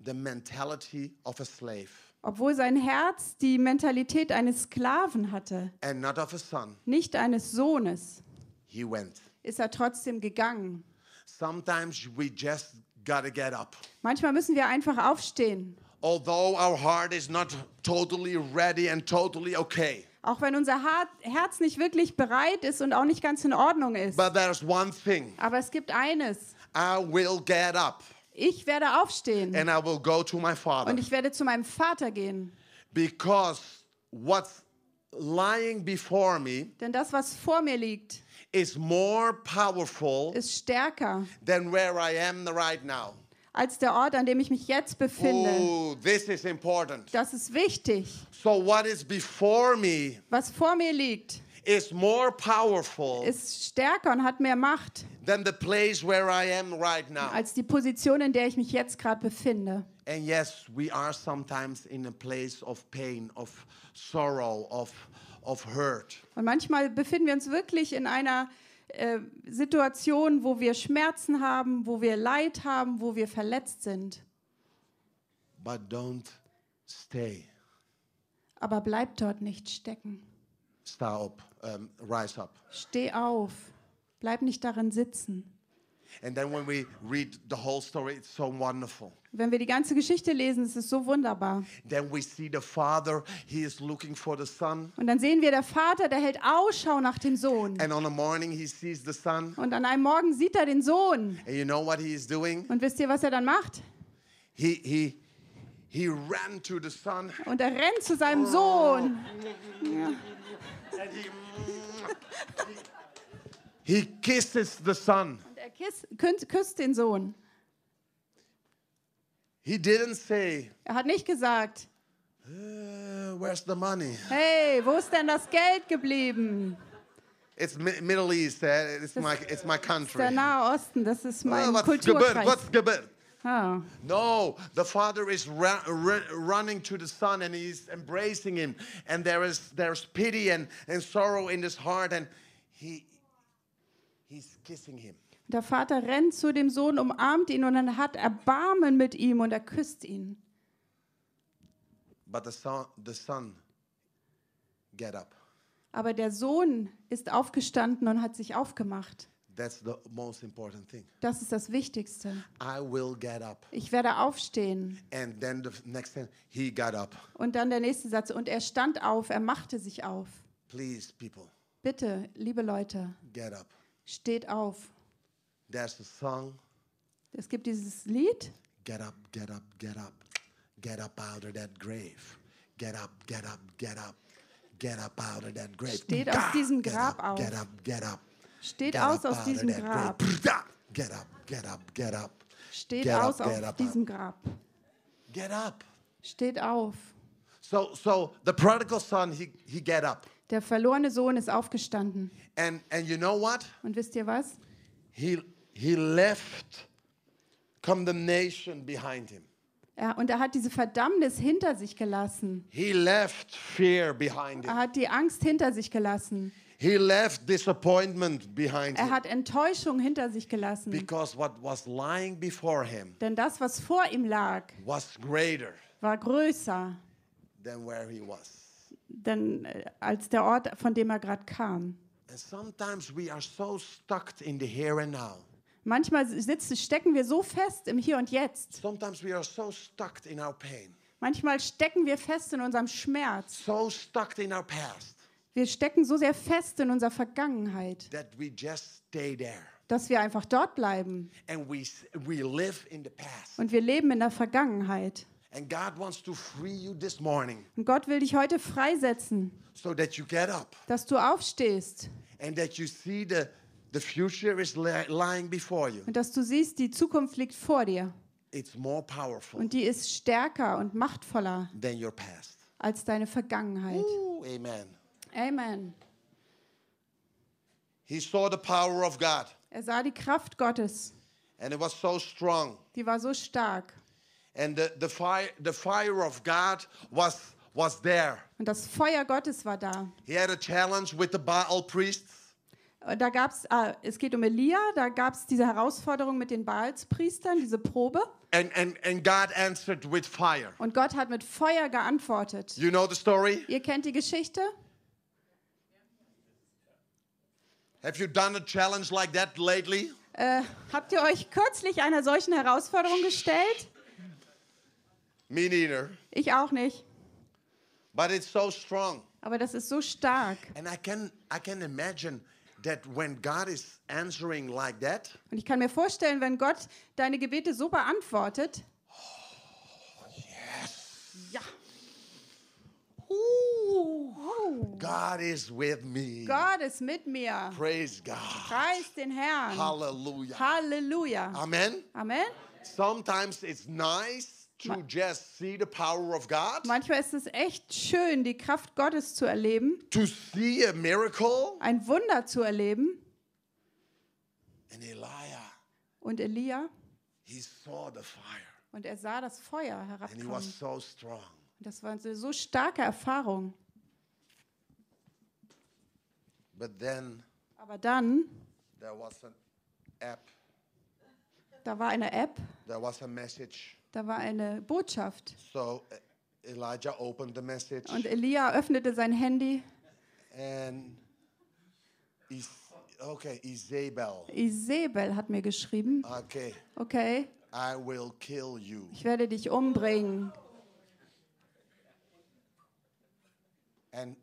Speaker 1: the mentality of a slave
Speaker 2: Obwohl sein Herz die Mentalität eines Sklaven hatte,
Speaker 1: and not of a son,
Speaker 2: nicht eines Sohnes.
Speaker 1: he went.
Speaker 2: ist er trotzdem gegangen.
Speaker 1: Sometimes we just gotta get up.
Speaker 2: Manchmal müssen wir einfach aufstehen.
Speaker 1: Although our heart is not totally ready and totally okay.
Speaker 2: Auch wenn unser Har- Herz nicht wirklich bereit ist und auch nicht ganz in Ordnung ist.
Speaker 1: But there's one thing
Speaker 2: Aber es gibt eines.
Speaker 1: I will get up
Speaker 2: Ich werde aufstehen
Speaker 1: and I will go to my Father.
Speaker 2: und ich werde zu meinem Vater gehen.
Speaker 1: Because what's lying before me
Speaker 2: Denn das, was vor mir liegt,
Speaker 1: is more powerful
Speaker 2: ist stärker
Speaker 1: than where I am right now.
Speaker 2: als der Ort, an dem ich mich jetzt befinde.
Speaker 1: Ooh, this is important.
Speaker 2: Das ist wichtig.
Speaker 1: So, what is before me
Speaker 2: Was vor mir liegt,
Speaker 1: is more powerful
Speaker 2: ist stärker und hat mehr Macht
Speaker 1: than the place where I am right now.
Speaker 2: als die Position, in der ich mich jetzt gerade befinde.
Speaker 1: And yes, we are sometimes in a place of pain, of sorrow, of, of hurt.
Speaker 2: Und manchmal befinden wir uns wirklich in einer äh, Situation, wo wir Schmerzen haben, wo wir Leid haben, wo wir verletzt sind.
Speaker 1: But don't stay.
Speaker 2: Aber bleib dort nicht stecken.
Speaker 1: Stay up, um, rise up.
Speaker 2: Steh auf. Bleib nicht darin sitzen.
Speaker 1: And then when we read the whole story, it's so wonderful.
Speaker 2: Wenn wir die ganze Geschichte lesen, ist es so wunderbar.
Speaker 1: Then we see the father, he is looking for the son.
Speaker 2: Und dann sehen wir, der Vater, der hält Ausschau nach dem Sohn.
Speaker 1: And on a morning, he sees the son.
Speaker 2: Und an einem Morgen sieht er den Sohn.
Speaker 1: And you know what he is doing?
Speaker 2: Und wisst ihr, was er dann macht?
Speaker 1: He, he, he ran to the son
Speaker 2: Und er rennt zu seinem Sohn.
Speaker 1: and he, he kisses the son.
Speaker 2: Und er kiss, küsst, küsst den Sohn.
Speaker 1: He didn't say,
Speaker 2: Er hat nicht gesagt,
Speaker 1: uh, Where's the money?
Speaker 2: hey, wo ist denn das Geld geblieben?
Speaker 1: It's mi- Middle East, uh, it's, my, it's my country.
Speaker 2: Der Nahe Osten, das ist
Speaker 1: Oh,
Speaker 2: mein
Speaker 1: what's gebeurd?
Speaker 2: Kulturkreis.
Speaker 1: What's gebeurd?
Speaker 2: Ah.
Speaker 1: No, the father is ra- ra- running to the son and he's embracing him, and there is there's pity and, and sorrow in his heart, and he he's kissing him.
Speaker 2: Der Vater rennt zu dem Sohn, umarmt ihn und dann hat Erbarmen mit ihm und er küsst ihn.
Speaker 1: But the son the son get up.
Speaker 2: Aber der Sohn ist aufgestanden und hat sich aufgemacht.
Speaker 1: That's the most important thing.
Speaker 2: Das ist das Wichtigste.
Speaker 1: I will get up,
Speaker 2: Ich werde aufstehen.
Speaker 1: and then the next thing he got up.
Speaker 2: Und dann der nächste Satz. Und er stand auf, er machte sich auf.
Speaker 1: Please, people,
Speaker 2: Bitte, liebe Leute,
Speaker 1: get up.
Speaker 2: steht auf.
Speaker 1: There's the song.
Speaker 2: Es gibt dieses Lied.
Speaker 1: Get up, get up, get up. Get up out of that grave. Get up, get up, get up. Get up out of that grave.
Speaker 2: Steht aus diesem
Speaker 1: get
Speaker 2: Grab
Speaker 1: up,
Speaker 2: auf.
Speaker 1: Get up, get up.
Speaker 2: Steht
Speaker 1: Get
Speaker 2: aus
Speaker 1: up
Speaker 2: aus
Speaker 1: out of
Speaker 2: diesem
Speaker 1: that
Speaker 2: Grab.
Speaker 1: grave. Prrrda. Get up, get up, get up.
Speaker 2: Steht
Speaker 1: Get up,
Speaker 2: aus
Speaker 1: get
Speaker 2: aus
Speaker 1: up.
Speaker 2: diesem Grab.
Speaker 1: Get up.
Speaker 2: Steht auf.
Speaker 1: So so the prodigal son he he get up.
Speaker 2: Der verlorene Sohn ist aufgestanden.
Speaker 1: And and you know what?
Speaker 2: Und wisst ihr was?
Speaker 1: He he left condemnation behind him.
Speaker 2: Er, und er hat diese Verdammnis hinter sich gelassen.
Speaker 1: He left fear behind
Speaker 2: Er
Speaker 1: him.
Speaker 2: hat die Angst hinter sich gelassen.
Speaker 1: He left disappointment behind
Speaker 2: Er
Speaker 1: him.
Speaker 2: hat Enttäuschung hinter sich gelassen.
Speaker 1: Because what was lying before him
Speaker 2: Denn das, was vor ihm lag,
Speaker 1: was greater
Speaker 2: war größer
Speaker 1: than where he was.
Speaker 2: denn, äh, als der Ort, von dem er gerade kam.
Speaker 1: And sometimes we are so stuck in the here and now.
Speaker 2: Manchmal sitzen, stecken wir so fest im Hier und Jetzt.
Speaker 1: Sometimes we are so stuck in our pain,
Speaker 2: Manchmal stecken wir fest in unserem Schmerz.
Speaker 1: so stuck in our past
Speaker 2: Wir stecken so sehr fest in unserer Vergangenheit,
Speaker 1: that we just stay there
Speaker 2: dass wir einfach dort bleiben.
Speaker 1: and we s- we live in the past.
Speaker 2: Und wir leben in der Vergangenheit.
Speaker 1: And God wants to free you this morning
Speaker 2: Und Gott will dich heute freisetzen,
Speaker 1: so that you get up
Speaker 2: dass du aufstehst
Speaker 1: and that you see the the future is li- lying before you.
Speaker 2: und dass du siehst, die Zukunft liegt vor dir.
Speaker 1: It's more powerful
Speaker 2: Und die ist stärker und machtvoller
Speaker 1: than your past.
Speaker 2: als deine Vergangenheit.
Speaker 1: Ooh, amen.
Speaker 2: Amen.
Speaker 1: He saw the power of God
Speaker 2: Er sah die Kraft Gottes,
Speaker 1: and it was so strong.
Speaker 2: die war so stark.
Speaker 1: and the, the fire the fire of god was was there
Speaker 2: Und das Feuer Gottes war da.
Speaker 1: he had a challenge with the baal priests
Speaker 2: Und Da gab's, ah, es geht um Elia, da gab es diese Herausforderung mit den Baalspriestern, diese Probe.
Speaker 1: and and and god answered with fire
Speaker 2: Und Gott hat mit Feuer geantwortet.
Speaker 1: you know the story
Speaker 2: Ihr kennt die Geschichte?
Speaker 1: Have you done a challenge like that lately?
Speaker 2: Äh, habt ihr euch kürzlich einer solchen Herausforderung gestellt?
Speaker 1: Me neither.
Speaker 2: Ich auch nicht.
Speaker 1: But it's so strong.
Speaker 2: Aber das ist so stark.
Speaker 1: And I can I can imagine that when God is answering like that,
Speaker 2: Und ich kann mir vorstellen, wenn Gott deine Gebete so beantwortet, ja,
Speaker 1: God is with me.
Speaker 2: Gott ist mit mir.
Speaker 1: Praise God.
Speaker 2: Preis den Herrn.
Speaker 1: Hallelujah.
Speaker 2: Halleluja.
Speaker 1: Amen.
Speaker 2: Amen.
Speaker 1: Sometimes it's nice to just see the power of God,
Speaker 2: Manchmal ist es echt schön, die Kraft Gottes zu erleben,
Speaker 1: to see a miracle.
Speaker 2: ein Wunder zu erleben.
Speaker 1: And Elijah,
Speaker 2: Und Elia,
Speaker 1: he saw the fire
Speaker 2: und er sah das Feuer
Speaker 1: and he
Speaker 2: herabkommen.
Speaker 1: was
Speaker 2: Und
Speaker 1: so strong.
Speaker 2: das war eine so starke Erfahrung.
Speaker 1: But then
Speaker 2: Aber dann,
Speaker 1: there was an app,
Speaker 2: da war eine App,
Speaker 1: there was a message.
Speaker 2: da war eine Botschaft.
Speaker 1: So uh, Elijah opened the message
Speaker 2: Und Elia öffnete sein Handy.
Speaker 1: and is okay, Isabel.
Speaker 2: Isabel hat mir geschrieben,
Speaker 1: Okay,
Speaker 2: okay,
Speaker 1: I will kill you.
Speaker 2: ich werde dich umbringen.
Speaker 1: And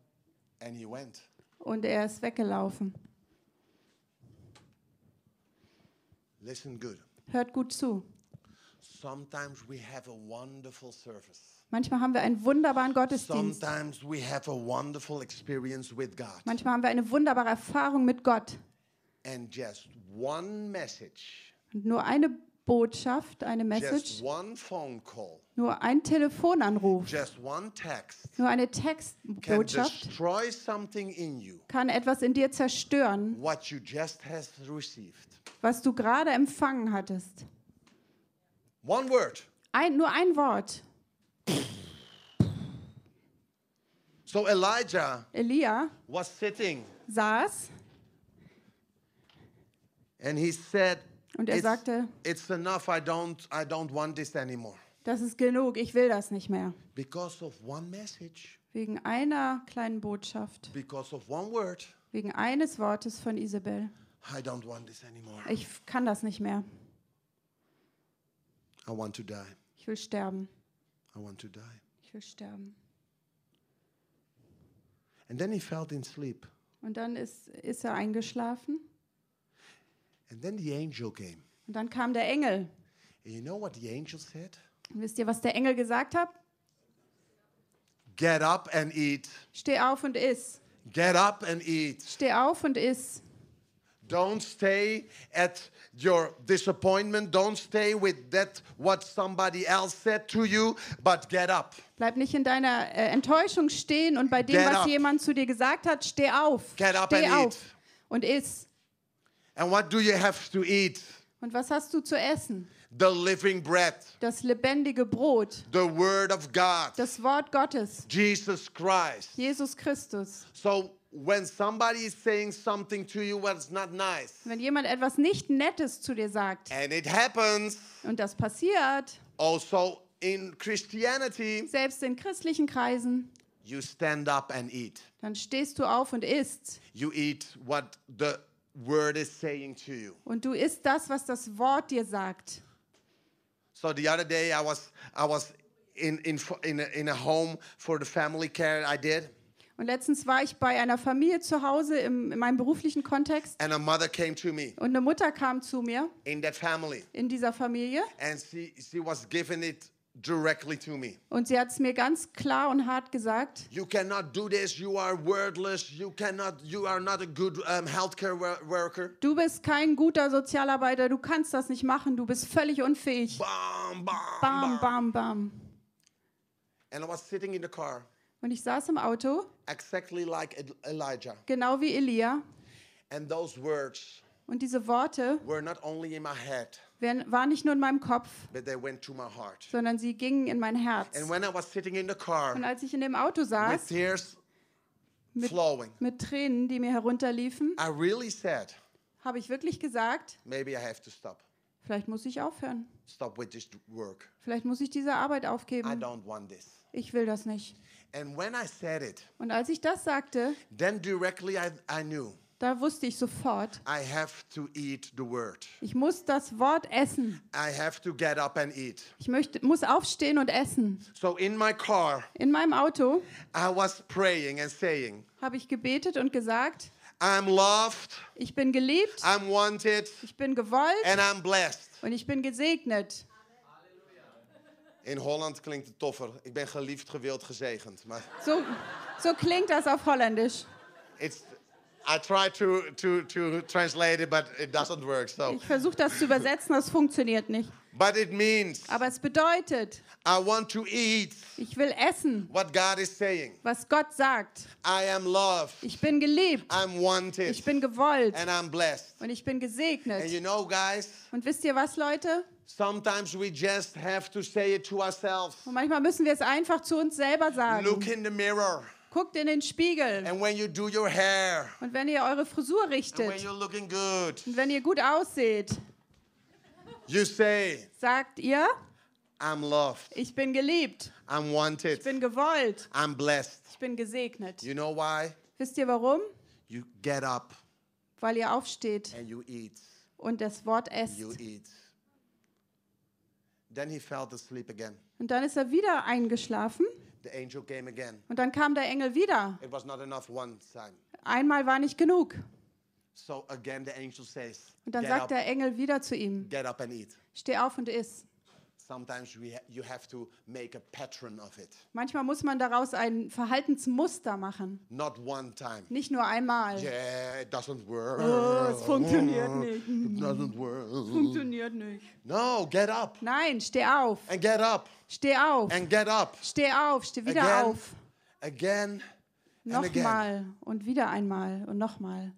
Speaker 1: and he went.
Speaker 2: Und er ist weggelaufen.
Speaker 1: Listen good.
Speaker 2: Hört gut zu.
Speaker 1: Sometimes we have a wonderful service.
Speaker 2: Manchmal haben wir einen wunderbaren Gottesdienst.
Speaker 1: Sometimes we have a wonderful experience with God.
Speaker 2: Manchmal haben wir eine wunderbare Erfahrung mit Gott.
Speaker 1: And just one message,
Speaker 2: Und nur eine Botschaft, eine
Speaker 1: just
Speaker 2: Message,
Speaker 1: one phone call,
Speaker 2: nur ein Telefonanruf,
Speaker 1: just one text
Speaker 2: nur eine
Speaker 1: can
Speaker 2: Textbotschaft
Speaker 1: destroy something in you,
Speaker 2: kann etwas in dir zerstören,
Speaker 1: what you just have received.
Speaker 2: was du gerade empfangen hattest.
Speaker 1: One word.
Speaker 2: Ein, nur ein Wort.
Speaker 1: So Elijah
Speaker 2: Elia
Speaker 1: was sitting
Speaker 2: saß
Speaker 1: and he said,
Speaker 2: und er
Speaker 1: "It's-
Speaker 2: sagte,
Speaker 1: it's enough, I don't, I don't want this anymore.
Speaker 2: das ist genug, ich will das nicht mehr.
Speaker 1: Because of one message,
Speaker 2: Wegen einer kleinen Botschaft,
Speaker 1: because of one word,
Speaker 2: wegen eines Wortes von Isabel.
Speaker 1: I don't want this anymore.
Speaker 2: Ich f- kann das nicht mehr.
Speaker 1: I want to die.
Speaker 2: Ich will sterben.
Speaker 1: I want to die.
Speaker 2: Ich will sterben.
Speaker 1: And then he fell in sleep.
Speaker 2: Und dann ist, ist er eingeschlafen.
Speaker 1: And then the angel came.
Speaker 2: Und dann kam der Engel.
Speaker 1: And you know what the angel said?
Speaker 2: Und wisst ihr, was der Engel gesagt hat?
Speaker 1: Get up and eat.
Speaker 2: Steh auf und iss.
Speaker 1: Get up and eat.
Speaker 2: Steh auf und iss.
Speaker 1: Don't stay at your disappointment. Don't stay with that what somebody else said to you, but get up.
Speaker 2: Bleib nicht in deiner äh, Enttäuschung stehen und bei dem,
Speaker 1: Get
Speaker 2: was
Speaker 1: up.
Speaker 2: jemand zu dir gesagt hat, steh auf.
Speaker 1: Get up
Speaker 2: steh
Speaker 1: and
Speaker 2: auf
Speaker 1: eat.
Speaker 2: und iss.
Speaker 1: And what do you have to eat?
Speaker 2: Und was hast du zu essen?
Speaker 1: The living bread,
Speaker 2: Das lebendige Brot,
Speaker 1: the word of God,
Speaker 2: das Wort Gottes,
Speaker 1: Jesus Christ.
Speaker 2: Jesus Christus.
Speaker 1: So when somebody is saying something to you what's not nice,
Speaker 2: Wenn jemand etwas nicht Nettes zu dir sagt
Speaker 1: and it happens
Speaker 2: und das passiert,
Speaker 1: also in Christianity,
Speaker 2: selbst in christlichen Kreisen,
Speaker 1: you stand up and eat.
Speaker 2: dann stehst du auf und isst.
Speaker 1: You eat what the word is saying to you.
Speaker 2: Und du isst das, was das Wort dir sagt.
Speaker 1: So the other day I was I was in in fo- in a, in a home for the family care I did,
Speaker 2: Und letztens war ich bei einer Familie zu Hause im, in meinem beruflichen Kontext
Speaker 1: and a mother came to me
Speaker 2: und eine Mutter kam zu mir
Speaker 1: in that family,
Speaker 2: in dieser Familie
Speaker 1: and she she was giving it directly to me.
Speaker 2: und sie hat es mir ganz klar und hart gesagt,
Speaker 1: You cannot do this. You are wordless. You cannot. You are not a good um, healthcare wo- worker.
Speaker 2: du bist kein guter Sozialarbeiter, du kannst das nicht machen, du bist völlig unfähig.
Speaker 1: Bam, bam,
Speaker 2: Bam,
Speaker 1: bam,
Speaker 2: bam, bam.
Speaker 1: And I was sitting in the car,
Speaker 2: Und ich saß im Auto,
Speaker 1: exactly like Ed- Elijah.
Speaker 2: genau wie Elia,
Speaker 1: And those words
Speaker 2: und diese Worte
Speaker 1: were not only in my head,
Speaker 2: wär- waren nicht nur in meinem Kopf,
Speaker 1: but they went to my heart.
Speaker 2: sondern sie gingen in mein Herz.
Speaker 1: And when I was sitting in the car
Speaker 2: Und als ich in dem Auto
Speaker 1: with
Speaker 2: saß,
Speaker 1: tears
Speaker 2: mit,
Speaker 1: flowing,
Speaker 2: mit Tränen, die mir herunterliefen,
Speaker 1: I really said,
Speaker 2: habe ich wirklich gesagt,
Speaker 1: maybe I have to stop.
Speaker 2: vielleicht muss ich aufhören.
Speaker 1: Stop with this work.
Speaker 2: Vielleicht muss ich diese Arbeit
Speaker 1: I
Speaker 2: aufgeben.
Speaker 1: don't want this.
Speaker 2: Ich will das nicht.
Speaker 1: And when I said it,
Speaker 2: Und als ich das sagte,
Speaker 1: then directly I, I knew
Speaker 2: Da wusste ich sofort,
Speaker 1: I have to eat the word.
Speaker 2: ich muss das Wort essen.
Speaker 1: I have to get up and eat.
Speaker 2: Ich möchte, muss aufstehen und essen.
Speaker 1: So in my car,
Speaker 2: In meinem Auto
Speaker 1: I was praying and saying,
Speaker 2: habe ich gebetet und gesagt,
Speaker 1: I'm loved,
Speaker 2: ich bin geliebt,
Speaker 1: I'm wanted,
Speaker 2: ich bin gewollt
Speaker 1: and I'm blessed.
Speaker 2: und ich bin gesegnet.
Speaker 1: In Holland klinkt het toffer. Ik ben geliefd, gewild, gezegend. Maar
Speaker 2: So, so klingt das auf Holländisch.
Speaker 1: it's, I try to, to, to translate it, but it doesn't work. So.
Speaker 2: Ich versuche das zu übersetzen, das funktioniert nicht.
Speaker 1: But it means
Speaker 2: Aber es bedeutet,
Speaker 1: I want to eat
Speaker 2: ich will essen,
Speaker 1: what God is saying.
Speaker 2: was Gott sagt.
Speaker 1: I am loved,
Speaker 2: Ich bin geliebt,
Speaker 1: I'm wanted,
Speaker 2: ich bin gewollt
Speaker 1: and I'm blessed.
Speaker 2: und ich bin
Speaker 1: And
Speaker 2: gesegnet.
Speaker 1: you know, guys,
Speaker 2: Und wisst ihr was, Leute?
Speaker 1: sometimes we just have to say it to ourselves.
Speaker 2: Und manchmal müssen wir es einfach zu uns selber
Speaker 1: Look
Speaker 2: sagen.
Speaker 1: in the mirror.
Speaker 2: Guckt in den Spiegel.
Speaker 1: And when you do your hair,
Speaker 2: Und wenn ihr eure Frisur
Speaker 1: and when
Speaker 2: richtet
Speaker 1: you're looking good,
Speaker 2: und wenn ihr gut ausseht,
Speaker 1: you say,
Speaker 2: sagt ihr,
Speaker 1: I'm loved,
Speaker 2: ich bin geliebt,
Speaker 1: I'm
Speaker 2: ich
Speaker 1: wanted,
Speaker 2: bin gewollt,
Speaker 1: I'm blessed.
Speaker 2: ich bin gesegnet.
Speaker 1: You know why?
Speaker 2: Wisst ihr warum?
Speaker 1: You get up
Speaker 2: Weil ihr aufsteht
Speaker 1: and you eat.
Speaker 2: und das Wort
Speaker 1: You
Speaker 2: esst.
Speaker 1: eat. Then he fell asleep again.
Speaker 2: Und dann ist er wieder eingeschlafen
Speaker 1: The angel came again.
Speaker 2: und dann kam der Engel wieder.
Speaker 1: It was not enough one time.
Speaker 2: Einmal war nicht genug.
Speaker 1: So again, the angel says,
Speaker 2: Und dann
Speaker 1: get
Speaker 2: sagt
Speaker 1: up,
Speaker 2: der Engel wieder zu ihm,
Speaker 1: get up and eat.
Speaker 2: steh auf und iss.
Speaker 1: Sometimes we ha- you have to make a pattern of it.
Speaker 2: Manchmal muss man daraus ein Verhaltensmuster machen,
Speaker 1: Not one time.
Speaker 2: nicht nur einmal.
Speaker 1: Yeah, it doesn't work.
Speaker 2: Oh, es funktioniert nicht.
Speaker 1: It doesn't work.
Speaker 2: Funktioniert nicht.
Speaker 1: No, get up
Speaker 2: Nein, steh auf.
Speaker 1: and get up
Speaker 2: Steh auf.
Speaker 1: and get up.
Speaker 2: Steh auf, steh wieder
Speaker 1: Again
Speaker 2: auf.
Speaker 1: again and again.
Speaker 2: Nochmal und wieder einmal und nochmal.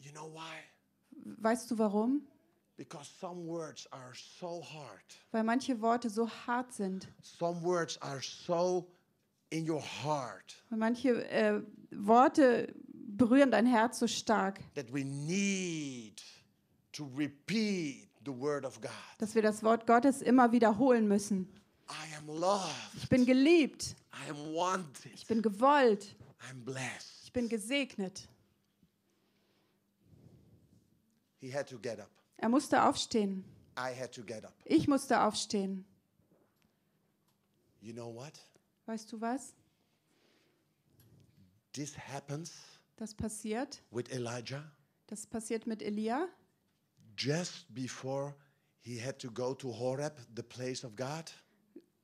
Speaker 1: You know why?
Speaker 2: Weißt du warum?
Speaker 1: Because some words are so hard.
Speaker 2: Weil manche Worte so hart sind.
Speaker 1: Some words are so in your heart
Speaker 2: Und manche äh, Worte berühren dein Herz so stark,
Speaker 1: that we need to repeat the word of God.
Speaker 2: dass wir das Wort Gottes immer wiederholen müssen.
Speaker 1: I am loved.
Speaker 2: Ich bin geliebt,
Speaker 1: I am wanted.
Speaker 2: ich bin gewollt,
Speaker 1: I'm blessed.
Speaker 2: ich bin gesegnet.
Speaker 1: He had to get up.
Speaker 2: Er musste aufstehen.
Speaker 1: I had to get up.
Speaker 2: Ich musste aufstehen.
Speaker 1: You know what?
Speaker 2: Weißt du was?
Speaker 1: This happens
Speaker 2: Das passiert.
Speaker 1: with Elijah
Speaker 2: Das passiert mit Elia.
Speaker 1: just before he had to go to Horeb, the place of God.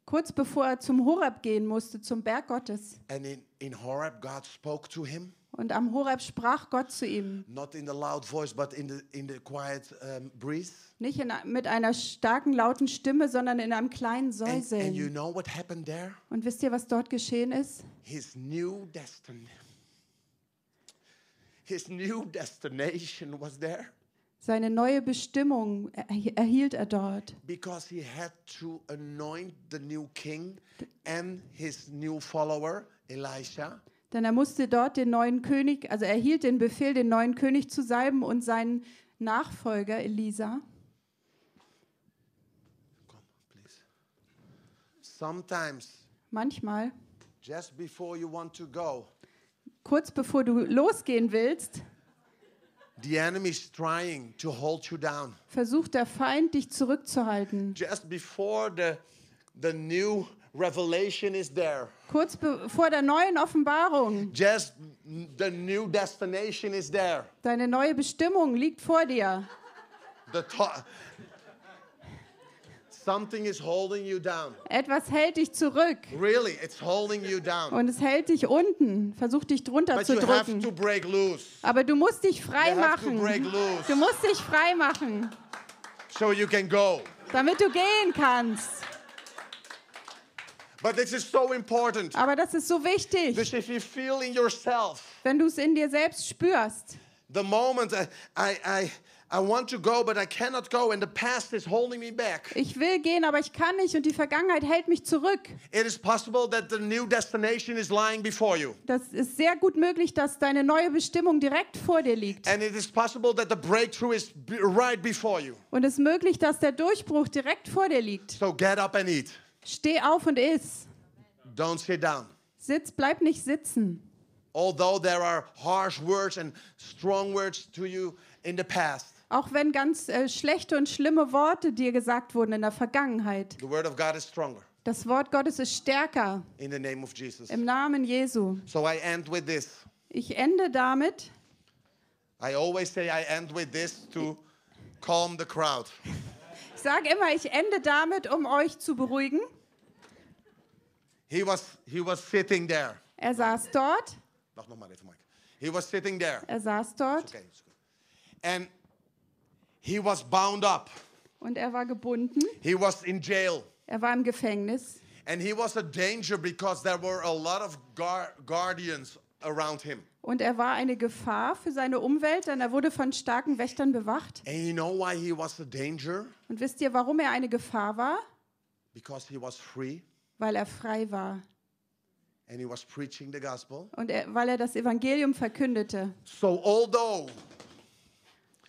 Speaker 2: Kurz bevor er zum Horeb gehen musste, zum Berg Gottes.
Speaker 1: And in, in Horeb, God spoke to him,
Speaker 2: Und am Horeb sprach Gott zu ihm.
Speaker 1: not in the loud voice, but in the, in the quiet um, breeze.
Speaker 2: Nicht in, mit einer starken, lauten Stimme, sondern in einem kleinen
Speaker 1: And, and you
Speaker 2: Säuseln.
Speaker 1: know what happened there?
Speaker 2: Und wisst ihr, was dort geschehen ist?
Speaker 1: His new destiny. His new destination was there
Speaker 2: Seine neue Bestimmung er- erhielt er dort,
Speaker 1: because he had to anoint the new king and his new follower, Elisha.
Speaker 2: denn er musste dort den neuen König, also er erhielt den Befehl, den neuen König zu salben und seinen Nachfolger Elisa.
Speaker 1: Come, please. Sometimes,
Speaker 2: Manchmal,
Speaker 1: just before you want to go,
Speaker 2: kurz bevor du losgehen willst,
Speaker 1: the enemy's trying to hold you down.
Speaker 2: versucht der Feind, dich zurückzuhalten.
Speaker 1: Just before the, the new revelation is there,
Speaker 2: Kurz be- vor der neuen Offenbarung,
Speaker 1: just the new destination is there.
Speaker 2: deine neue Bestimmung liegt vor dir.
Speaker 1: The to- something is holding you down.
Speaker 2: Etwas hält dich zurück
Speaker 1: Really, it's holding you down.
Speaker 2: und es hält dich unten, versucht dich drunter
Speaker 1: But
Speaker 2: zu
Speaker 1: you have
Speaker 2: drücken.
Speaker 1: to break loose
Speaker 2: Aber du musst dich frei
Speaker 1: You have to
Speaker 2: machen.
Speaker 1: break loose.
Speaker 2: Du musst dich frei machen,
Speaker 1: so you can go.
Speaker 2: damit du gehen kannst.
Speaker 1: But this is so important.
Speaker 2: Aber das ist so wichtig,
Speaker 1: Because if you feel in yourself
Speaker 2: wenn du es in dir selbst spürst.
Speaker 1: the moment I, I, I, I want to go, but I cannot go, and the past is holding me back,
Speaker 2: Ich will gehen, aber ich kann nicht und die Vergangenheit hält mich zurück.
Speaker 1: it is possible that the new destination is lying before you.
Speaker 2: Das ist sehr gut möglich, dass deine neue Bestimmung direkt vor dir liegt.
Speaker 1: And it is possible that the breakthrough is b- right before you.
Speaker 2: Und es ist möglich, dass der Durchbruch direkt vor dir liegt.
Speaker 1: So get up and eat.
Speaker 2: Steh auf und iss.
Speaker 1: Don't sit down.
Speaker 2: Sitz, bleib nicht sitzen.
Speaker 1: although there are harsh words and strong words to you in the past,
Speaker 2: Auch wenn ganz äh, schlechte und schlimme Worte dir gesagt wurden in der Vergangenheit.
Speaker 1: the word of God is stronger
Speaker 2: Das Wort Gottes ist stärker
Speaker 1: in the name of Jesus.
Speaker 2: im Namen Jesu.
Speaker 1: So I end with this.
Speaker 2: Ich ende damit.
Speaker 1: I always say I end with this to calm the crowd.
Speaker 2: Ich sage immer, ich ende damit, um euch zu beruhigen.
Speaker 1: He was he was sitting there.
Speaker 2: Er saß dort.
Speaker 1: Wacht nog maar even, Mike. He was sitting there.
Speaker 2: Er saß dort
Speaker 1: Okay, it's good. And he was bound up.
Speaker 2: und er war gebunden.
Speaker 1: He was in jail.
Speaker 2: Er war im Gefängnis.
Speaker 1: And he was a danger because there were a lot of gar- guardians around him.
Speaker 2: Und er war eine Gefahr für seine Umwelt, denn er wurde von starken Wächtern bewacht.
Speaker 1: And you know why he was a danger?
Speaker 2: Und wisst ihr, warum er eine Gefahr war?
Speaker 1: Because he was free
Speaker 2: Weil er frei war
Speaker 1: and he was preaching the gospel.
Speaker 2: und er, weil er das Evangelium verkündete.
Speaker 1: So although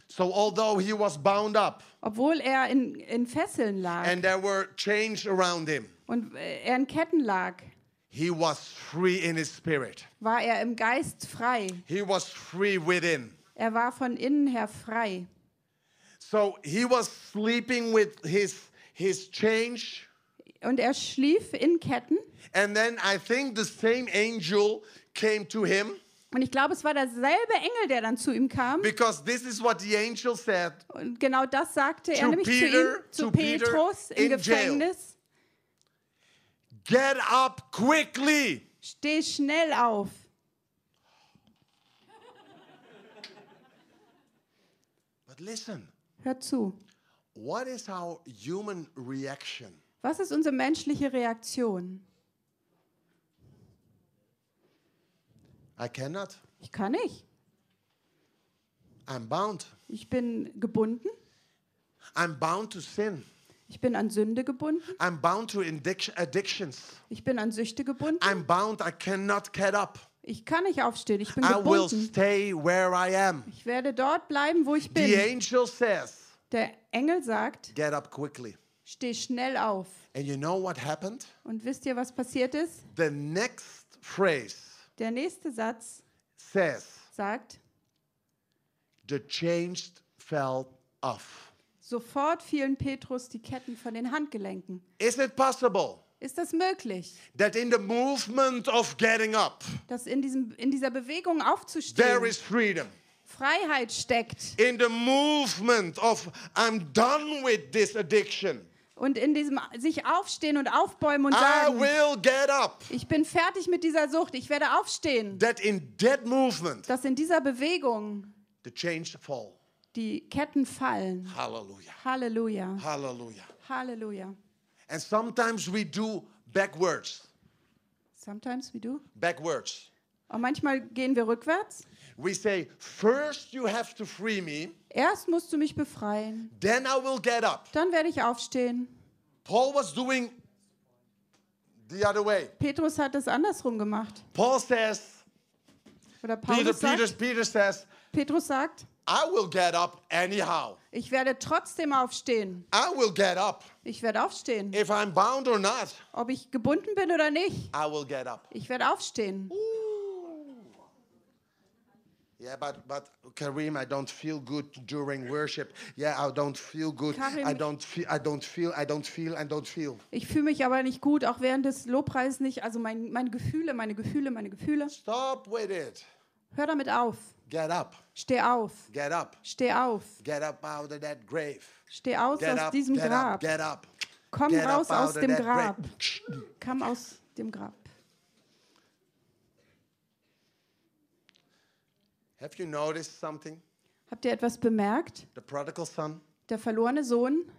Speaker 1: so although he was bound up
Speaker 2: Obwohl er in, in Fesseln lag
Speaker 1: and there were chains around him,
Speaker 2: und äh, er in Ketten lag,
Speaker 1: he was free in his spirit.
Speaker 2: war er im Geist frei.
Speaker 1: He was free within.
Speaker 2: Er war von innen her frei.
Speaker 1: So he was sleeping with his his change,
Speaker 2: Und er schlief in Ketten.
Speaker 1: and then I think the same angel came to him
Speaker 2: Und ich glaube, es war derselbe Engel, der dann zu ihm kam.
Speaker 1: because this is what the angel said.
Speaker 2: Und genau das sagte er
Speaker 1: To
Speaker 2: nämlich
Speaker 1: Peter-
Speaker 2: zu ihm, zu
Speaker 1: to Peter
Speaker 2: Petrus im
Speaker 1: in jail.
Speaker 2: Gefängnis.
Speaker 1: Get up quickly.
Speaker 2: Steh schnell auf.
Speaker 1: But listen,
Speaker 2: Hör zu.
Speaker 1: what is our human reaction?
Speaker 2: Was ist unsere menschliche Reaktion?
Speaker 1: I cannot.
Speaker 2: Ich kann nicht.
Speaker 1: I'm bound.
Speaker 2: Ich bin gebunden.
Speaker 1: I'm bound to sin.
Speaker 2: Ich bin an Sünde gebunden.
Speaker 1: I'm bound to addic- addictions.
Speaker 2: Ich bin an Süchte gebunden.
Speaker 1: I'm bound. I cannot get up.
Speaker 2: Ich kann nicht aufstehen. Ich bin
Speaker 1: I will
Speaker 2: gebunden.
Speaker 1: stay where I am.
Speaker 2: Ich werde dort bleiben, wo ich
Speaker 1: The
Speaker 2: bin.
Speaker 1: angel says,
Speaker 2: Der Engel sagt,
Speaker 1: Get up quickly.
Speaker 2: steh schnell auf.
Speaker 1: And you know what happened?
Speaker 2: Und wisst ihr, was passiert ist?
Speaker 1: The next phrase
Speaker 2: Der nächste Satz
Speaker 1: says,
Speaker 2: sagt,
Speaker 1: The chains fell off.
Speaker 2: sofort fielen Petrus die Ketten von den Handgelenken.
Speaker 1: Is it possible
Speaker 2: Ist das möglich,
Speaker 1: that in the movement of getting up,
Speaker 2: dass in, diesem, in dieser Bewegung aufzustehen
Speaker 1: there is freedom?
Speaker 2: Freiheit steckt?
Speaker 1: In the movement of, I'm done with this addiction,
Speaker 2: Und in diesem sich aufstehen und aufbäumen und
Speaker 1: I
Speaker 2: sagen,
Speaker 1: will get up.
Speaker 2: ich bin fertig mit dieser Sucht, ich werde aufstehen.
Speaker 1: That in that movement,
Speaker 2: Dass in dieser Bewegung
Speaker 1: the chains fall.
Speaker 2: die Ketten fallen.
Speaker 1: Hallelujah.
Speaker 2: Halleluja,
Speaker 1: Hallelujah.
Speaker 2: Halleluja.
Speaker 1: And sometimes we do backwards.
Speaker 2: Sometimes we do.
Speaker 1: Backwards.
Speaker 2: Und manchmal gehen wir rückwärts.
Speaker 1: We say, First you have to free me,
Speaker 2: Erst musst du mich befreien,
Speaker 1: then I will get up.
Speaker 2: dann werde ich aufstehen.
Speaker 1: Paul was doing the other way.
Speaker 2: Petrus hat es andersrum gemacht.
Speaker 1: Paul says,
Speaker 2: Oder
Speaker 1: Peter,
Speaker 2: Paulus
Speaker 1: Peter,
Speaker 2: sagt,
Speaker 1: Peter says,
Speaker 2: Petrus sagt,
Speaker 1: I will get up anyhow.
Speaker 2: ich werde trotzdem aufstehen.
Speaker 1: I will get up.
Speaker 2: Ich werde aufstehen.
Speaker 1: If I'm bound or not,
Speaker 2: Ob ich gebunden bin oder nicht,
Speaker 1: I will get up.
Speaker 2: ich werde aufstehen.
Speaker 1: Yeah, but but Karim, I don't feel good during worship. Yeah, I don't feel good.
Speaker 2: Karim-
Speaker 1: I don't feel. I don't feel. I don't feel. I don't feel.
Speaker 2: Ich fühle mich aber nicht gut, auch während des Lobpreises nicht. Also mein, meine Gefühle, meine Gefühle, meine Gefühle.
Speaker 1: Stop with it.
Speaker 2: Hör damit auf.
Speaker 1: Get up.
Speaker 2: Steh auf.
Speaker 1: Get up.
Speaker 2: Steh auf.
Speaker 1: Get up out of that grave.
Speaker 2: Steh aus
Speaker 1: Get
Speaker 2: aus
Speaker 1: up.
Speaker 2: diesem
Speaker 1: get
Speaker 2: Grab.
Speaker 1: up. Get up.
Speaker 2: Komm
Speaker 1: Get up
Speaker 2: raus
Speaker 1: out
Speaker 2: aus
Speaker 1: of
Speaker 2: dem
Speaker 1: that
Speaker 2: Grab.
Speaker 1: grave.
Speaker 2: Komm aus dem Grab.
Speaker 1: Have you noticed something?
Speaker 2: Habt ihr etwas bemerkt?
Speaker 1: The prodigal son,
Speaker 2: Der verlorene Sohn,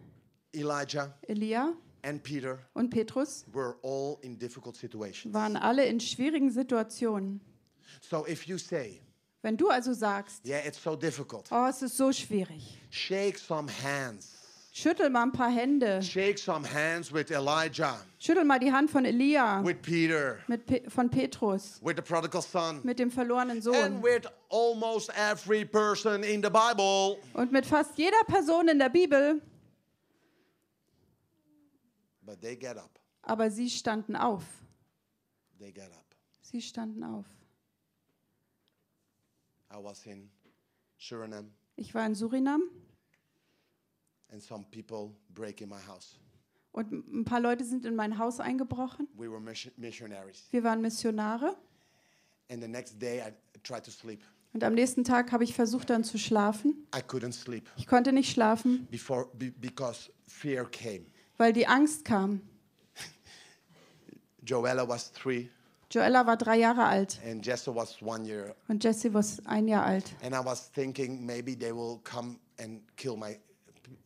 Speaker 1: Elijah,
Speaker 2: Elia
Speaker 1: and Peter
Speaker 2: und Petrus
Speaker 1: were all in difficult situations.
Speaker 2: waren alle in schwierigen Situationen.
Speaker 1: So if you say,
Speaker 2: Wenn du also sagst,
Speaker 1: yeah, it's so difficult,
Speaker 2: oh, es ist so schwierig,
Speaker 1: shake some hands.
Speaker 2: schüttel mal ein paar Hände.
Speaker 1: Shake some hands with Elijah,
Speaker 2: Schüttel mal die Hand von Elia,
Speaker 1: with Peter,
Speaker 2: mit Pe von Petrus,
Speaker 1: with the prodigal son,
Speaker 2: mit dem verlorenen Sohn.
Speaker 1: and with almost every person in the Bible.
Speaker 2: Und mit fast jeder Person in der Bibel,
Speaker 1: But they get up.
Speaker 2: aber sie standen auf.
Speaker 1: They get up.
Speaker 2: Sie standen auf.
Speaker 1: I was in Suriname,
Speaker 2: Ich war in Surinam
Speaker 1: and some people break in my house.
Speaker 2: und ein paar Leute sind in mein Haus eingebrochen.
Speaker 1: We were mission- missionaries.
Speaker 2: Wir waren Missionare
Speaker 1: And the next day, I tried to sleep.
Speaker 2: und am nächsten Tag habe ich versucht dann zu schlafen.
Speaker 1: I couldn't sleep
Speaker 2: Ich konnte nicht schlafen,
Speaker 1: before be, because fear came.
Speaker 2: weil die Angst kam.
Speaker 1: Joella was three,
Speaker 2: Joella war drei Jahre alt
Speaker 1: and Jessa was one year.
Speaker 2: und Jesse war ein Jahr alt.
Speaker 1: And I was thinking maybe they will come and kill my,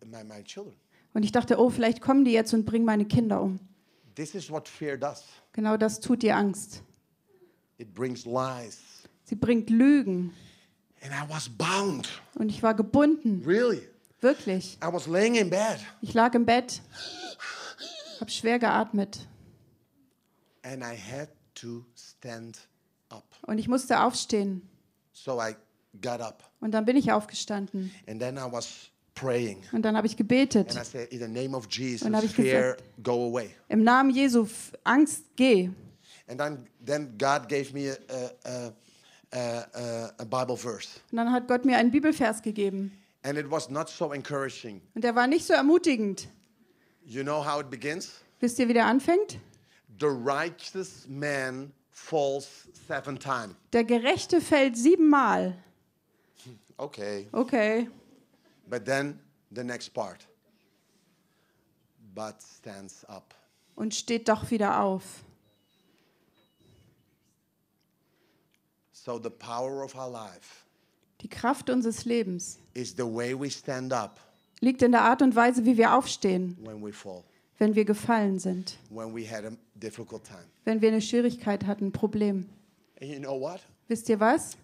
Speaker 1: my, my children.
Speaker 2: Und ich dachte, oh, vielleicht kommen die jetzt und bringen meine Kinder um.
Speaker 1: This is what fear does
Speaker 2: Genau das tut ihr Angst.
Speaker 1: it brings lies.
Speaker 2: Sie bringt Lügen.
Speaker 1: And I was bound,
Speaker 2: Und ich war gebunden,
Speaker 1: really.
Speaker 2: wirklich.
Speaker 1: I was laying in bed,
Speaker 2: Ich lag im Bett, habe schwer geatmet
Speaker 1: and I had to stand up.
Speaker 2: und ich musste aufstehen.
Speaker 1: So I got up,
Speaker 2: Und dann bin ich aufgestanden
Speaker 1: and then I was praying.
Speaker 2: und dann habe ich
Speaker 1: And I
Speaker 2: gebetet.
Speaker 1: said, in the name of
Speaker 2: Und
Speaker 1: Jesus,
Speaker 2: habe ich
Speaker 1: fear,
Speaker 2: gesagt-
Speaker 1: go away.
Speaker 2: Im Namen Jesu, f- Angst, geh.
Speaker 1: And then, then God gave me a, a, a, a, a Bible verse.
Speaker 2: Und dann hat Gott mir einen Bibelvers gegeben.
Speaker 1: And it was not so encouraging.
Speaker 2: Und der war nicht so ermutigend.
Speaker 1: You know how it begins?
Speaker 2: Wisst ihr, wie der anfängt?
Speaker 1: The righteous man falls seven times.
Speaker 2: Der Gerechte fällt siebenmal.
Speaker 1: Okay.
Speaker 2: Okay.
Speaker 1: But then the next part. But stands up.
Speaker 2: Und steht doch wieder auf.
Speaker 1: So the power of our life
Speaker 2: Die Kraft unseres Lebens
Speaker 1: is the way we stand up
Speaker 2: liegt in der Art und Weise, wie wir aufstehen,
Speaker 1: when we fall,
Speaker 2: wenn wir gefallen sind,
Speaker 1: when we had a difficult time.
Speaker 2: wenn wir eine Schwierigkeit hatten, ein Problem.
Speaker 1: And you know what?
Speaker 2: Wisst ihr was?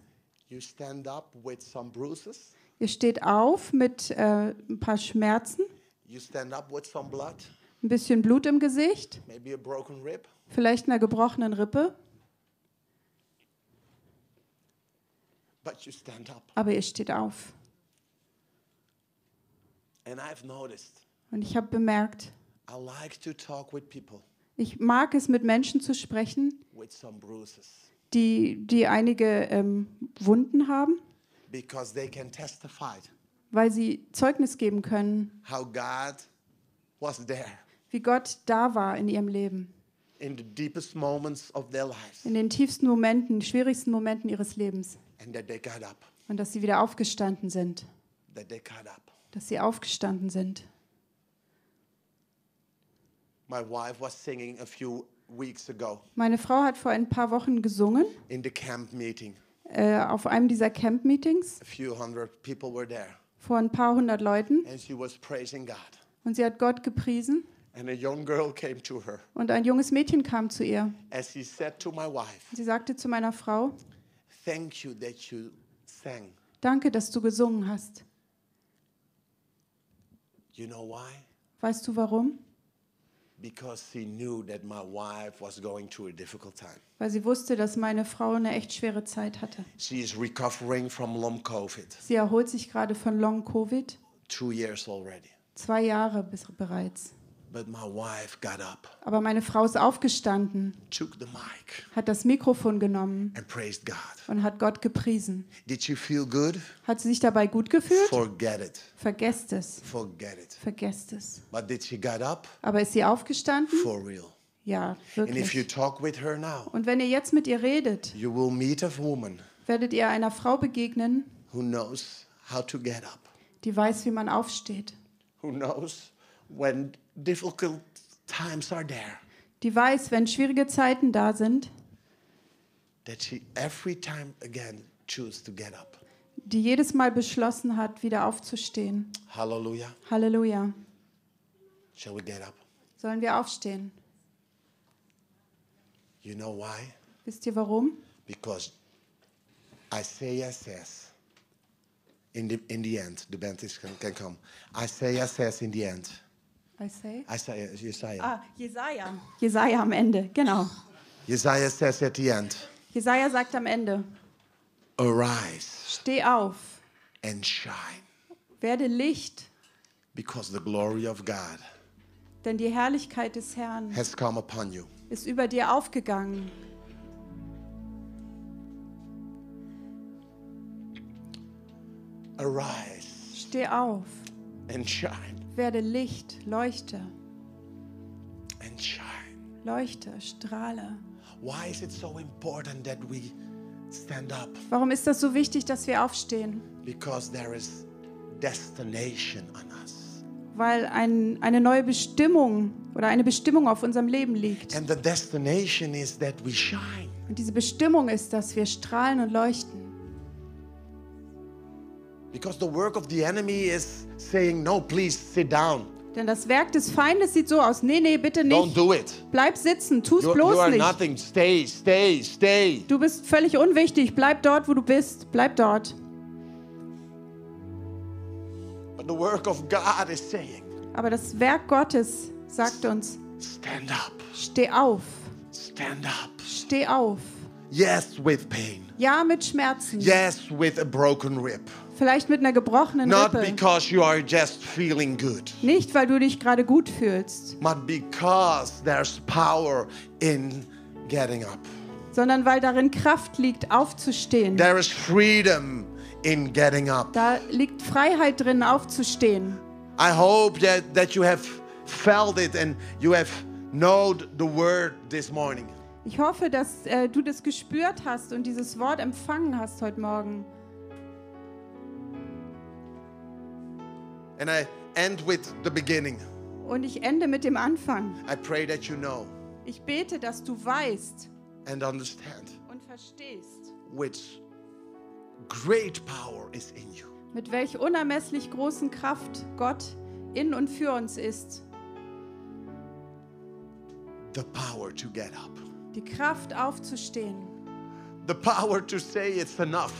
Speaker 1: You stand up with some bruises,
Speaker 2: Ihr steht auf mit äh, ein paar Schmerzen,
Speaker 1: you stand up with some blood,
Speaker 2: ein bisschen Blut im Gesicht,
Speaker 1: maybe a broken rib,
Speaker 2: vielleicht einer gebrochenen Rippe,
Speaker 1: but you stand up.
Speaker 2: aber ihr steht auf.
Speaker 1: And I've noticed
Speaker 2: Und ich habe bemerkt,
Speaker 1: I like to talk with people
Speaker 2: ich mag es, mit Menschen zu sprechen,
Speaker 1: with some bruises
Speaker 2: die, die einige ähm, Wunden haben,
Speaker 1: because they can testify
Speaker 2: weil sie Zeugnis geben können,
Speaker 1: how God was there
Speaker 2: wie Gott da war in ihrem Leben,
Speaker 1: in the deepest moments of their lives
Speaker 2: in den tiefsten Momenten, schwierigsten Momenten ihres Lebens.
Speaker 1: and that they got up,
Speaker 2: Und dass sie wieder aufgestanden sind,
Speaker 1: that they got up.
Speaker 2: dass sie aufgestanden sind.
Speaker 1: My wife was singing a few weeks ago
Speaker 2: Meine Frau hat vor ein paar Wochen gesungen
Speaker 1: in the camp meeting.
Speaker 2: äh, auf einem dieser Camp-Meetings.
Speaker 1: A few hundred people were there
Speaker 2: vor ein paar hundert Leuten
Speaker 1: and she was praising God.
Speaker 2: und sie hat Gott gepriesen
Speaker 1: And a young girl came to her
Speaker 2: und ein junges Mädchen kam zu ihr.
Speaker 1: and she said to my wife,
Speaker 2: Sie sagte zu meiner Frau,
Speaker 1: Thank you that you sang.
Speaker 2: danke, dass du gesungen hast.
Speaker 1: You know why?
Speaker 2: Weißt du warum?
Speaker 1: Because she knew that my wife was going through a difficult time.
Speaker 2: Weil sie wusste, dass meine Frau eine echt schwere Zeit hatte.
Speaker 1: She is recovering from long COVID,
Speaker 2: Sie erholt sich gerade von Long-Covid,
Speaker 1: two years already.
Speaker 2: zwei Jahre bis bereits.
Speaker 1: But my wife got up,
Speaker 2: Aber meine Frau ist aufgestanden,
Speaker 1: took the mic,
Speaker 2: hat das Mikrofon genommen
Speaker 1: and praised God.
Speaker 2: und hat Gott gepriesen.
Speaker 1: Did you feel good?
Speaker 2: Hat sie sich dabei gut gefühlt?
Speaker 1: Forget it.
Speaker 2: Vergesst es,
Speaker 1: Forget it.
Speaker 2: vergesst es.
Speaker 1: But did she got up?
Speaker 2: Aber ist sie aufgestanden?
Speaker 1: For real.
Speaker 2: Ja,
Speaker 1: And if you
Speaker 2: wirklich.
Speaker 1: talk with her now,
Speaker 2: Und wenn ihr jetzt mit ihr redet,
Speaker 1: you will meet a woman
Speaker 2: werdet ihr einer Frau begegnen,
Speaker 1: who knows how to get up,
Speaker 2: die weiß, wie man aufsteht,
Speaker 1: who knows when difficult times are there.
Speaker 2: die weiß, wenn schwierige Zeiten da sind,
Speaker 1: That she every time again choose to get up.
Speaker 2: die jedes Mal beschlossen hat, wieder aufzustehen.
Speaker 1: Hallelujah.
Speaker 2: Halleluja.
Speaker 1: Shall we get up?
Speaker 2: Sollen wir aufstehen?
Speaker 1: You know why?
Speaker 2: Wisst ihr warum?
Speaker 1: Because Isaiah says, in the, in the end, the band is, can, can come. Isaiah says in the end,
Speaker 2: I say.
Speaker 1: Isaiah, Isaiah,
Speaker 2: Ah, Jesaja. Jesaja am Ende, genau.
Speaker 1: Isaiah says at the end,
Speaker 2: Jesaja sagt am Ende:
Speaker 1: arise
Speaker 2: Steh auf,
Speaker 1: and shine,
Speaker 2: werde Licht,
Speaker 1: because the glory of God
Speaker 2: denn die Herrlichkeit des Herrn
Speaker 1: has come upon you.
Speaker 2: ist über dir aufgegangen.
Speaker 1: Arise
Speaker 2: Steh auf,
Speaker 1: and shine
Speaker 2: werde Licht, leuchte,
Speaker 1: and shine.
Speaker 2: leuchte, strahle.
Speaker 1: Why is it so important that we stand up?
Speaker 2: Warum ist das so wichtig, dass wir aufstehen?
Speaker 1: Because there is destination on us.
Speaker 2: Weil ein, eine neue Bestimmung oder eine Bestimmung auf unserem Leben liegt.
Speaker 1: And the destination is that we shine.
Speaker 2: Und diese Bestimmung ist, dass wir strahlen und leuchten.
Speaker 1: Because the work of the enemy is saying, no, please sit down.
Speaker 2: Denn das Werk des Feindes sieht so aus. Nee, nee, bitte
Speaker 1: Don't
Speaker 2: nicht.
Speaker 1: do it.
Speaker 2: Bleib sitzen, tu's
Speaker 1: You, you
Speaker 2: bloß
Speaker 1: are
Speaker 2: nicht.
Speaker 1: nothing. Stay, stay, stay.
Speaker 2: Du bist völlig unwichtig. Bleib dort, wo du bist. Bleib dort.
Speaker 1: But the work of God is saying,
Speaker 2: Aber das Werk Gottes sagt uns,
Speaker 1: stand up,
Speaker 2: steh auf,
Speaker 1: stand up.
Speaker 2: steh auf.
Speaker 1: Yes, with pain.
Speaker 2: Ja, mit Schmerzen.
Speaker 1: Yes, with a broken rib.
Speaker 2: Vielleicht mit einer gebrochenen
Speaker 1: Not
Speaker 2: Rippe.
Speaker 1: because you are just feeling good,
Speaker 2: Nicht, weil du dich gerade gut fühlst,
Speaker 1: but because there's power in getting up.
Speaker 2: sondern weil darin Kraft liegt, aufzustehen.
Speaker 1: There is freedom in getting up.
Speaker 2: Da liegt Freiheit drin, aufzustehen.
Speaker 1: I hope that, that you have felt it and you have known the word this morning.
Speaker 2: Ich hoffe, dass äh, du das gespürt hast und dieses Wort empfangen hast heute Morgen.
Speaker 1: And I end with the beginning.
Speaker 2: Und ich ende mit dem Anfang.
Speaker 1: I pray that you know
Speaker 2: Ich bete, dass du weißt
Speaker 1: and understand
Speaker 2: und verstehst,
Speaker 1: which great power is in you.
Speaker 2: mit welch unermesslich großen Kraft Gott in und für uns ist.
Speaker 1: The power to get up,
Speaker 2: Die Kraft aufzustehen.
Speaker 1: the power to say it's enough.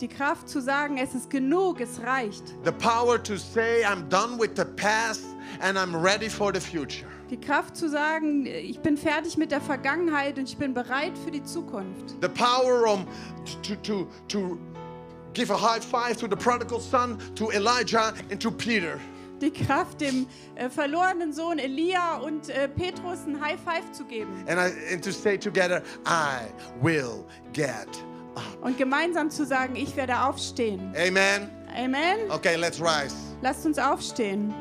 Speaker 2: Die Kraft zu sagen, es ist genug, es reicht.
Speaker 1: the power to say, I'm done with the past and I'm ready for the future.
Speaker 2: Die Kraft zu sagen, ich bin fertig mit der Vergangenheit und ich bin bereit für die Zukunft.
Speaker 1: The power um, to, to, to give a high five to the prodigal son, to Elijah, and to Peter.
Speaker 2: Die Kraft, dem äh, verlorenen Sohn Elia und äh, Petrus ein High Five zu geben.
Speaker 1: And, I, and to say together, I will get up.
Speaker 2: Und gemeinsam zu sagen, ich werde aufstehen.
Speaker 1: Amen.
Speaker 2: Amen.
Speaker 1: Okay, let's rise.
Speaker 2: Lasst uns aufstehen.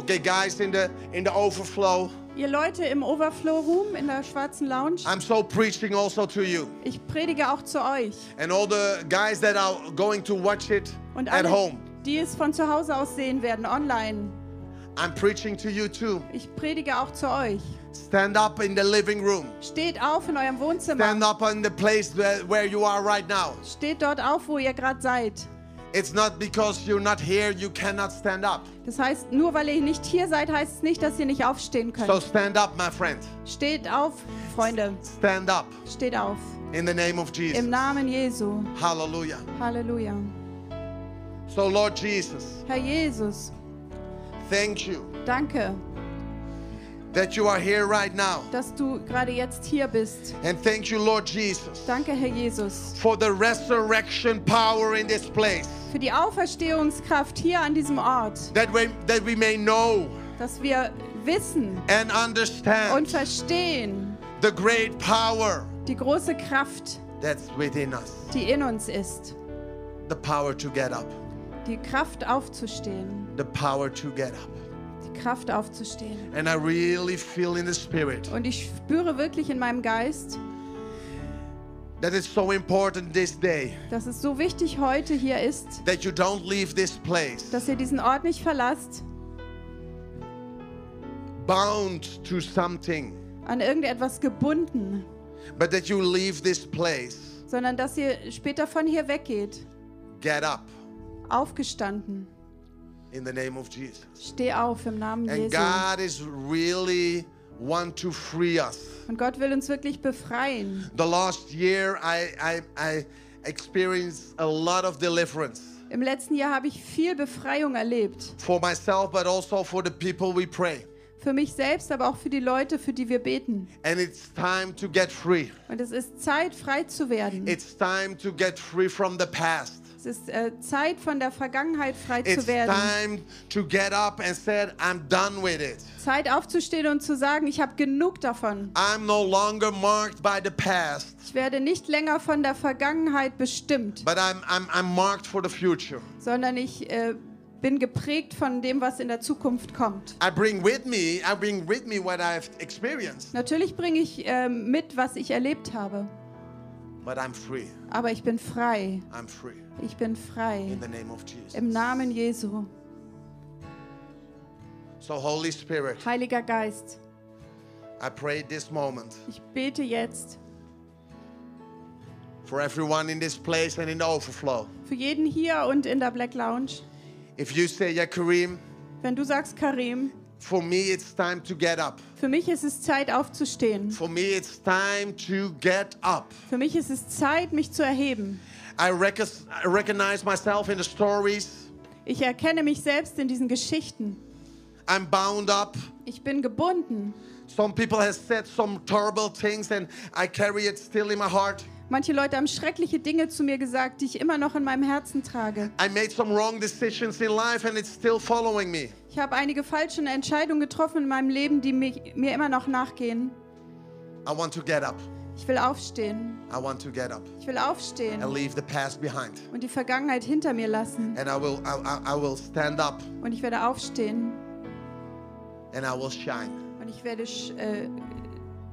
Speaker 1: Okay, guys, in the in the overflow,
Speaker 2: Ihr Leute im Overflow Room in der schwarzen Lounge,
Speaker 1: I'm so preaching also to you
Speaker 2: ich predige auch zu euch.
Speaker 1: and all the guys that are going to watch it
Speaker 2: Und
Speaker 1: at
Speaker 2: alle,
Speaker 1: home.
Speaker 2: die es von zu Hause aus sehen werden, online.
Speaker 1: I'm preaching to you too.
Speaker 2: Ich predige auch zu euch.
Speaker 1: Stand up in the living room.
Speaker 2: Steht auf in eurem Wohnzimmer.
Speaker 1: Stand up on the place where, where you are right now.
Speaker 2: Steht dort auf, wo ihr gerade seid.
Speaker 1: It's not because you're not here you cannot stand up.
Speaker 2: Das heißt, nur weil ihr nicht hier seid, heißt es nicht, dass ihr nicht aufstehen könnt.
Speaker 1: So stand up, my friend.
Speaker 2: Steht auf, Freunde.
Speaker 1: Stand up
Speaker 2: Steht auf.
Speaker 1: in the name of Jesus.
Speaker 2: Im Namen Jesu.
Speaker 1: Hallelujah.
Speaker 2: Halleluja.
Speaker 1: So, Lord Jesus,
Speaker 2: Herr Jesus,
Speaker 1: thank you
Speaker 2: danke,
Speaker 1: that you are here right now.
Speaker 2: dass du gerade jetzt hier bist.
Speaker 1: And thank you, Lord Jesus,
Speaker 2: Danke, Herr Jesus,
Speaker 1: for the resurrection power in this place.
Speaker 2: für die Auferstehungskraft hier an diesem Ort,
Speaker 1: That we, that we may know
Speaker 2: dass wir wissen
Speaker 1: and
Speaker 2: und
Speaker 1: understand
Speaker 2: verstehen
Speaker 1: the great power
Speaker 2: die große Kraft,
Speaker 1: that's within us.
Speaker 2: die in uns ist.
Speaker 1: The power to get up.
Speaker 2: Die Kraft aufzustehen.
Speaker 1: The power to get up.
Speaker 2: Die Kraft aufzustehen.
Speaker 1: And I really feel in the spirit
Speaker 2: Und ich spüre wirklich in meinem Geist,
Speaker 1: that it's so important this day
Speaker 2: dass es so wichtig heute hier ist,
Speaker 1: that you don't leave this place
Speaker 2: dass ihr diesen Ort nicht verlasst,
Speaker 1: bound to something,
Speaker 2: an irgendetwas gebunden,
Speaker 1: but that you leave this place,
Speaker 2: sondern dass ihr später von hier weggeht,
Speaker 1: get up
Speaker 2: aufgestanden.
Speaker 1: in the name of Jesus.
Speaker 2: Steh auf im Namen
Speaker 1: And
Speaker 2: Jesu.
Speaker 1: God is really want to free us.
Speaker 2: Und Gott will uns wirklich befreien.
Speaker 1: The last year I I, I experienced a lot of deliverance
Speaker 2: Im letzten Jahr habe ich viel Befreiung erlebt.
Speaker 1: for myself, but also for the people we pray.
Speaker 2: Für mich selbst, aber auch für die Leute, für die wir beten.
Speaker 1: And it's time to get free.
Speaker 2: Und es ist Zeit, frei zu werden.
Speaker 1: It's time to get free from the past.
Speaker 2: Es ist äh, Zeit, von der Vergangenheit frei
Speaker 1: It's
Speaker 2: zu werden.
Speaker 1: time to get up and said, I'm done with it.
Speaker 2: Zeit aufzustehen und zu sagen, ich habe genug davon.
Speaker 1: I'm no longer marked by the past,
Speaker 2: Ich werde nicht länger von der Vergangenheit bestimmt,
Speaker 1: but I'm, I'm, I'm marked for the future.
Speaker 2: sondern ich äh, bin geprägt von dem, was in der Zukunft kommt.
Speaker 1: I bring with me, I bring with me what I've experienced,
Speaker 2: Natürlich bringe ich ähm, mit, was ich erlebt habe,
Speaker 1: but I'm free.
Speaker 2: aber ich bin frei.
Speaker 1: I'm free.
Speaker 2: Ich bin frei.
Speaker 1: In the name of Jesus.
Speaker 2: Im Namen Jesu.
Speaker 1: So, Holy Spirit,
Speaker 2: Heiliger Geist,
Speaker 1: I pray this moment
Speaker 2: ich bete jetzt
Speaker 1: for everyone in this place and in the overflow.
Speaker 2: für jeden hier und in der Black Lounge.
Speaker 1: If you say, Yeah, Kareem,
Speaker 2: Wenn du sagst, Karim,
Speaker 1: for me it's time to get up.
Speaker 2: für mich ist es Zeit aufzustehen.
Speaker 1: For me it's time to get up.
Speaker 2: Für mich ist es Zeit, mich zu erheben.
Speaker 1: I, rec- I recognize myself in the stories.
Speaker 2: Ich erkenne mich selbst in diesen Geschichten.
Speaker 1: I'm bound up.
Speaker 2: Ich bin gebunden.
Speaker 1: Some people have said some terrible things and I carry it still in my heart.
Speaker 2: Manche Leute haben schreckliche Dinge zu mir gesagt, die ich immer noch in meinem Herzen trage.
Speaker 1: I made some wrong decisions in life and it's still following me.
Speaker 2: Ich habe einige falsche Entscheidungen getroffen in meinem Leben, die mich, mir immer noch nachgehen.
Speaker 1: I want to get up.
Speaker 2: Ich will aufstehen.
Speaker 1: I want to get up
Speaker 2: Ich will aufstehen
Speaker 1: and leave the past behind.
Speaker 2: und die Vergangenheit hinter mir lassen.
Speaker 1: And I will I, I, I will stand up
Speaker 2: Und ich werde aufstehen
Speaker 1: and I will shine
Speaker 2: und ich werde sch äh,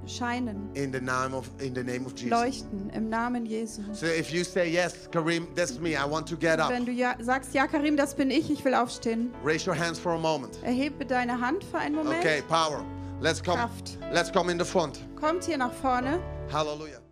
Speaker 2: scheinen,
Speaker 1: in the name of in the name of Jesus.
Speaker 2: leuchten im Namen Jesu.
Speaker 1: So if you say yes, Kareem, that's me. I want to get up.
Speaker 2: Wenn du ja sagst, ja Karim, das bin ich, ich will aufstehen.
Speaker 1: Raise your hands for a moment.
Speaker 2: Erhebe deine Hand für einen Moment.
Speaker 1: Okay, power. Let's come.
Speaker 2: Kraft.
Speaker 1: Let's come in the front.
Speaker 2: Kommt hier nach vorne.
Speaker 1: Hallelujah.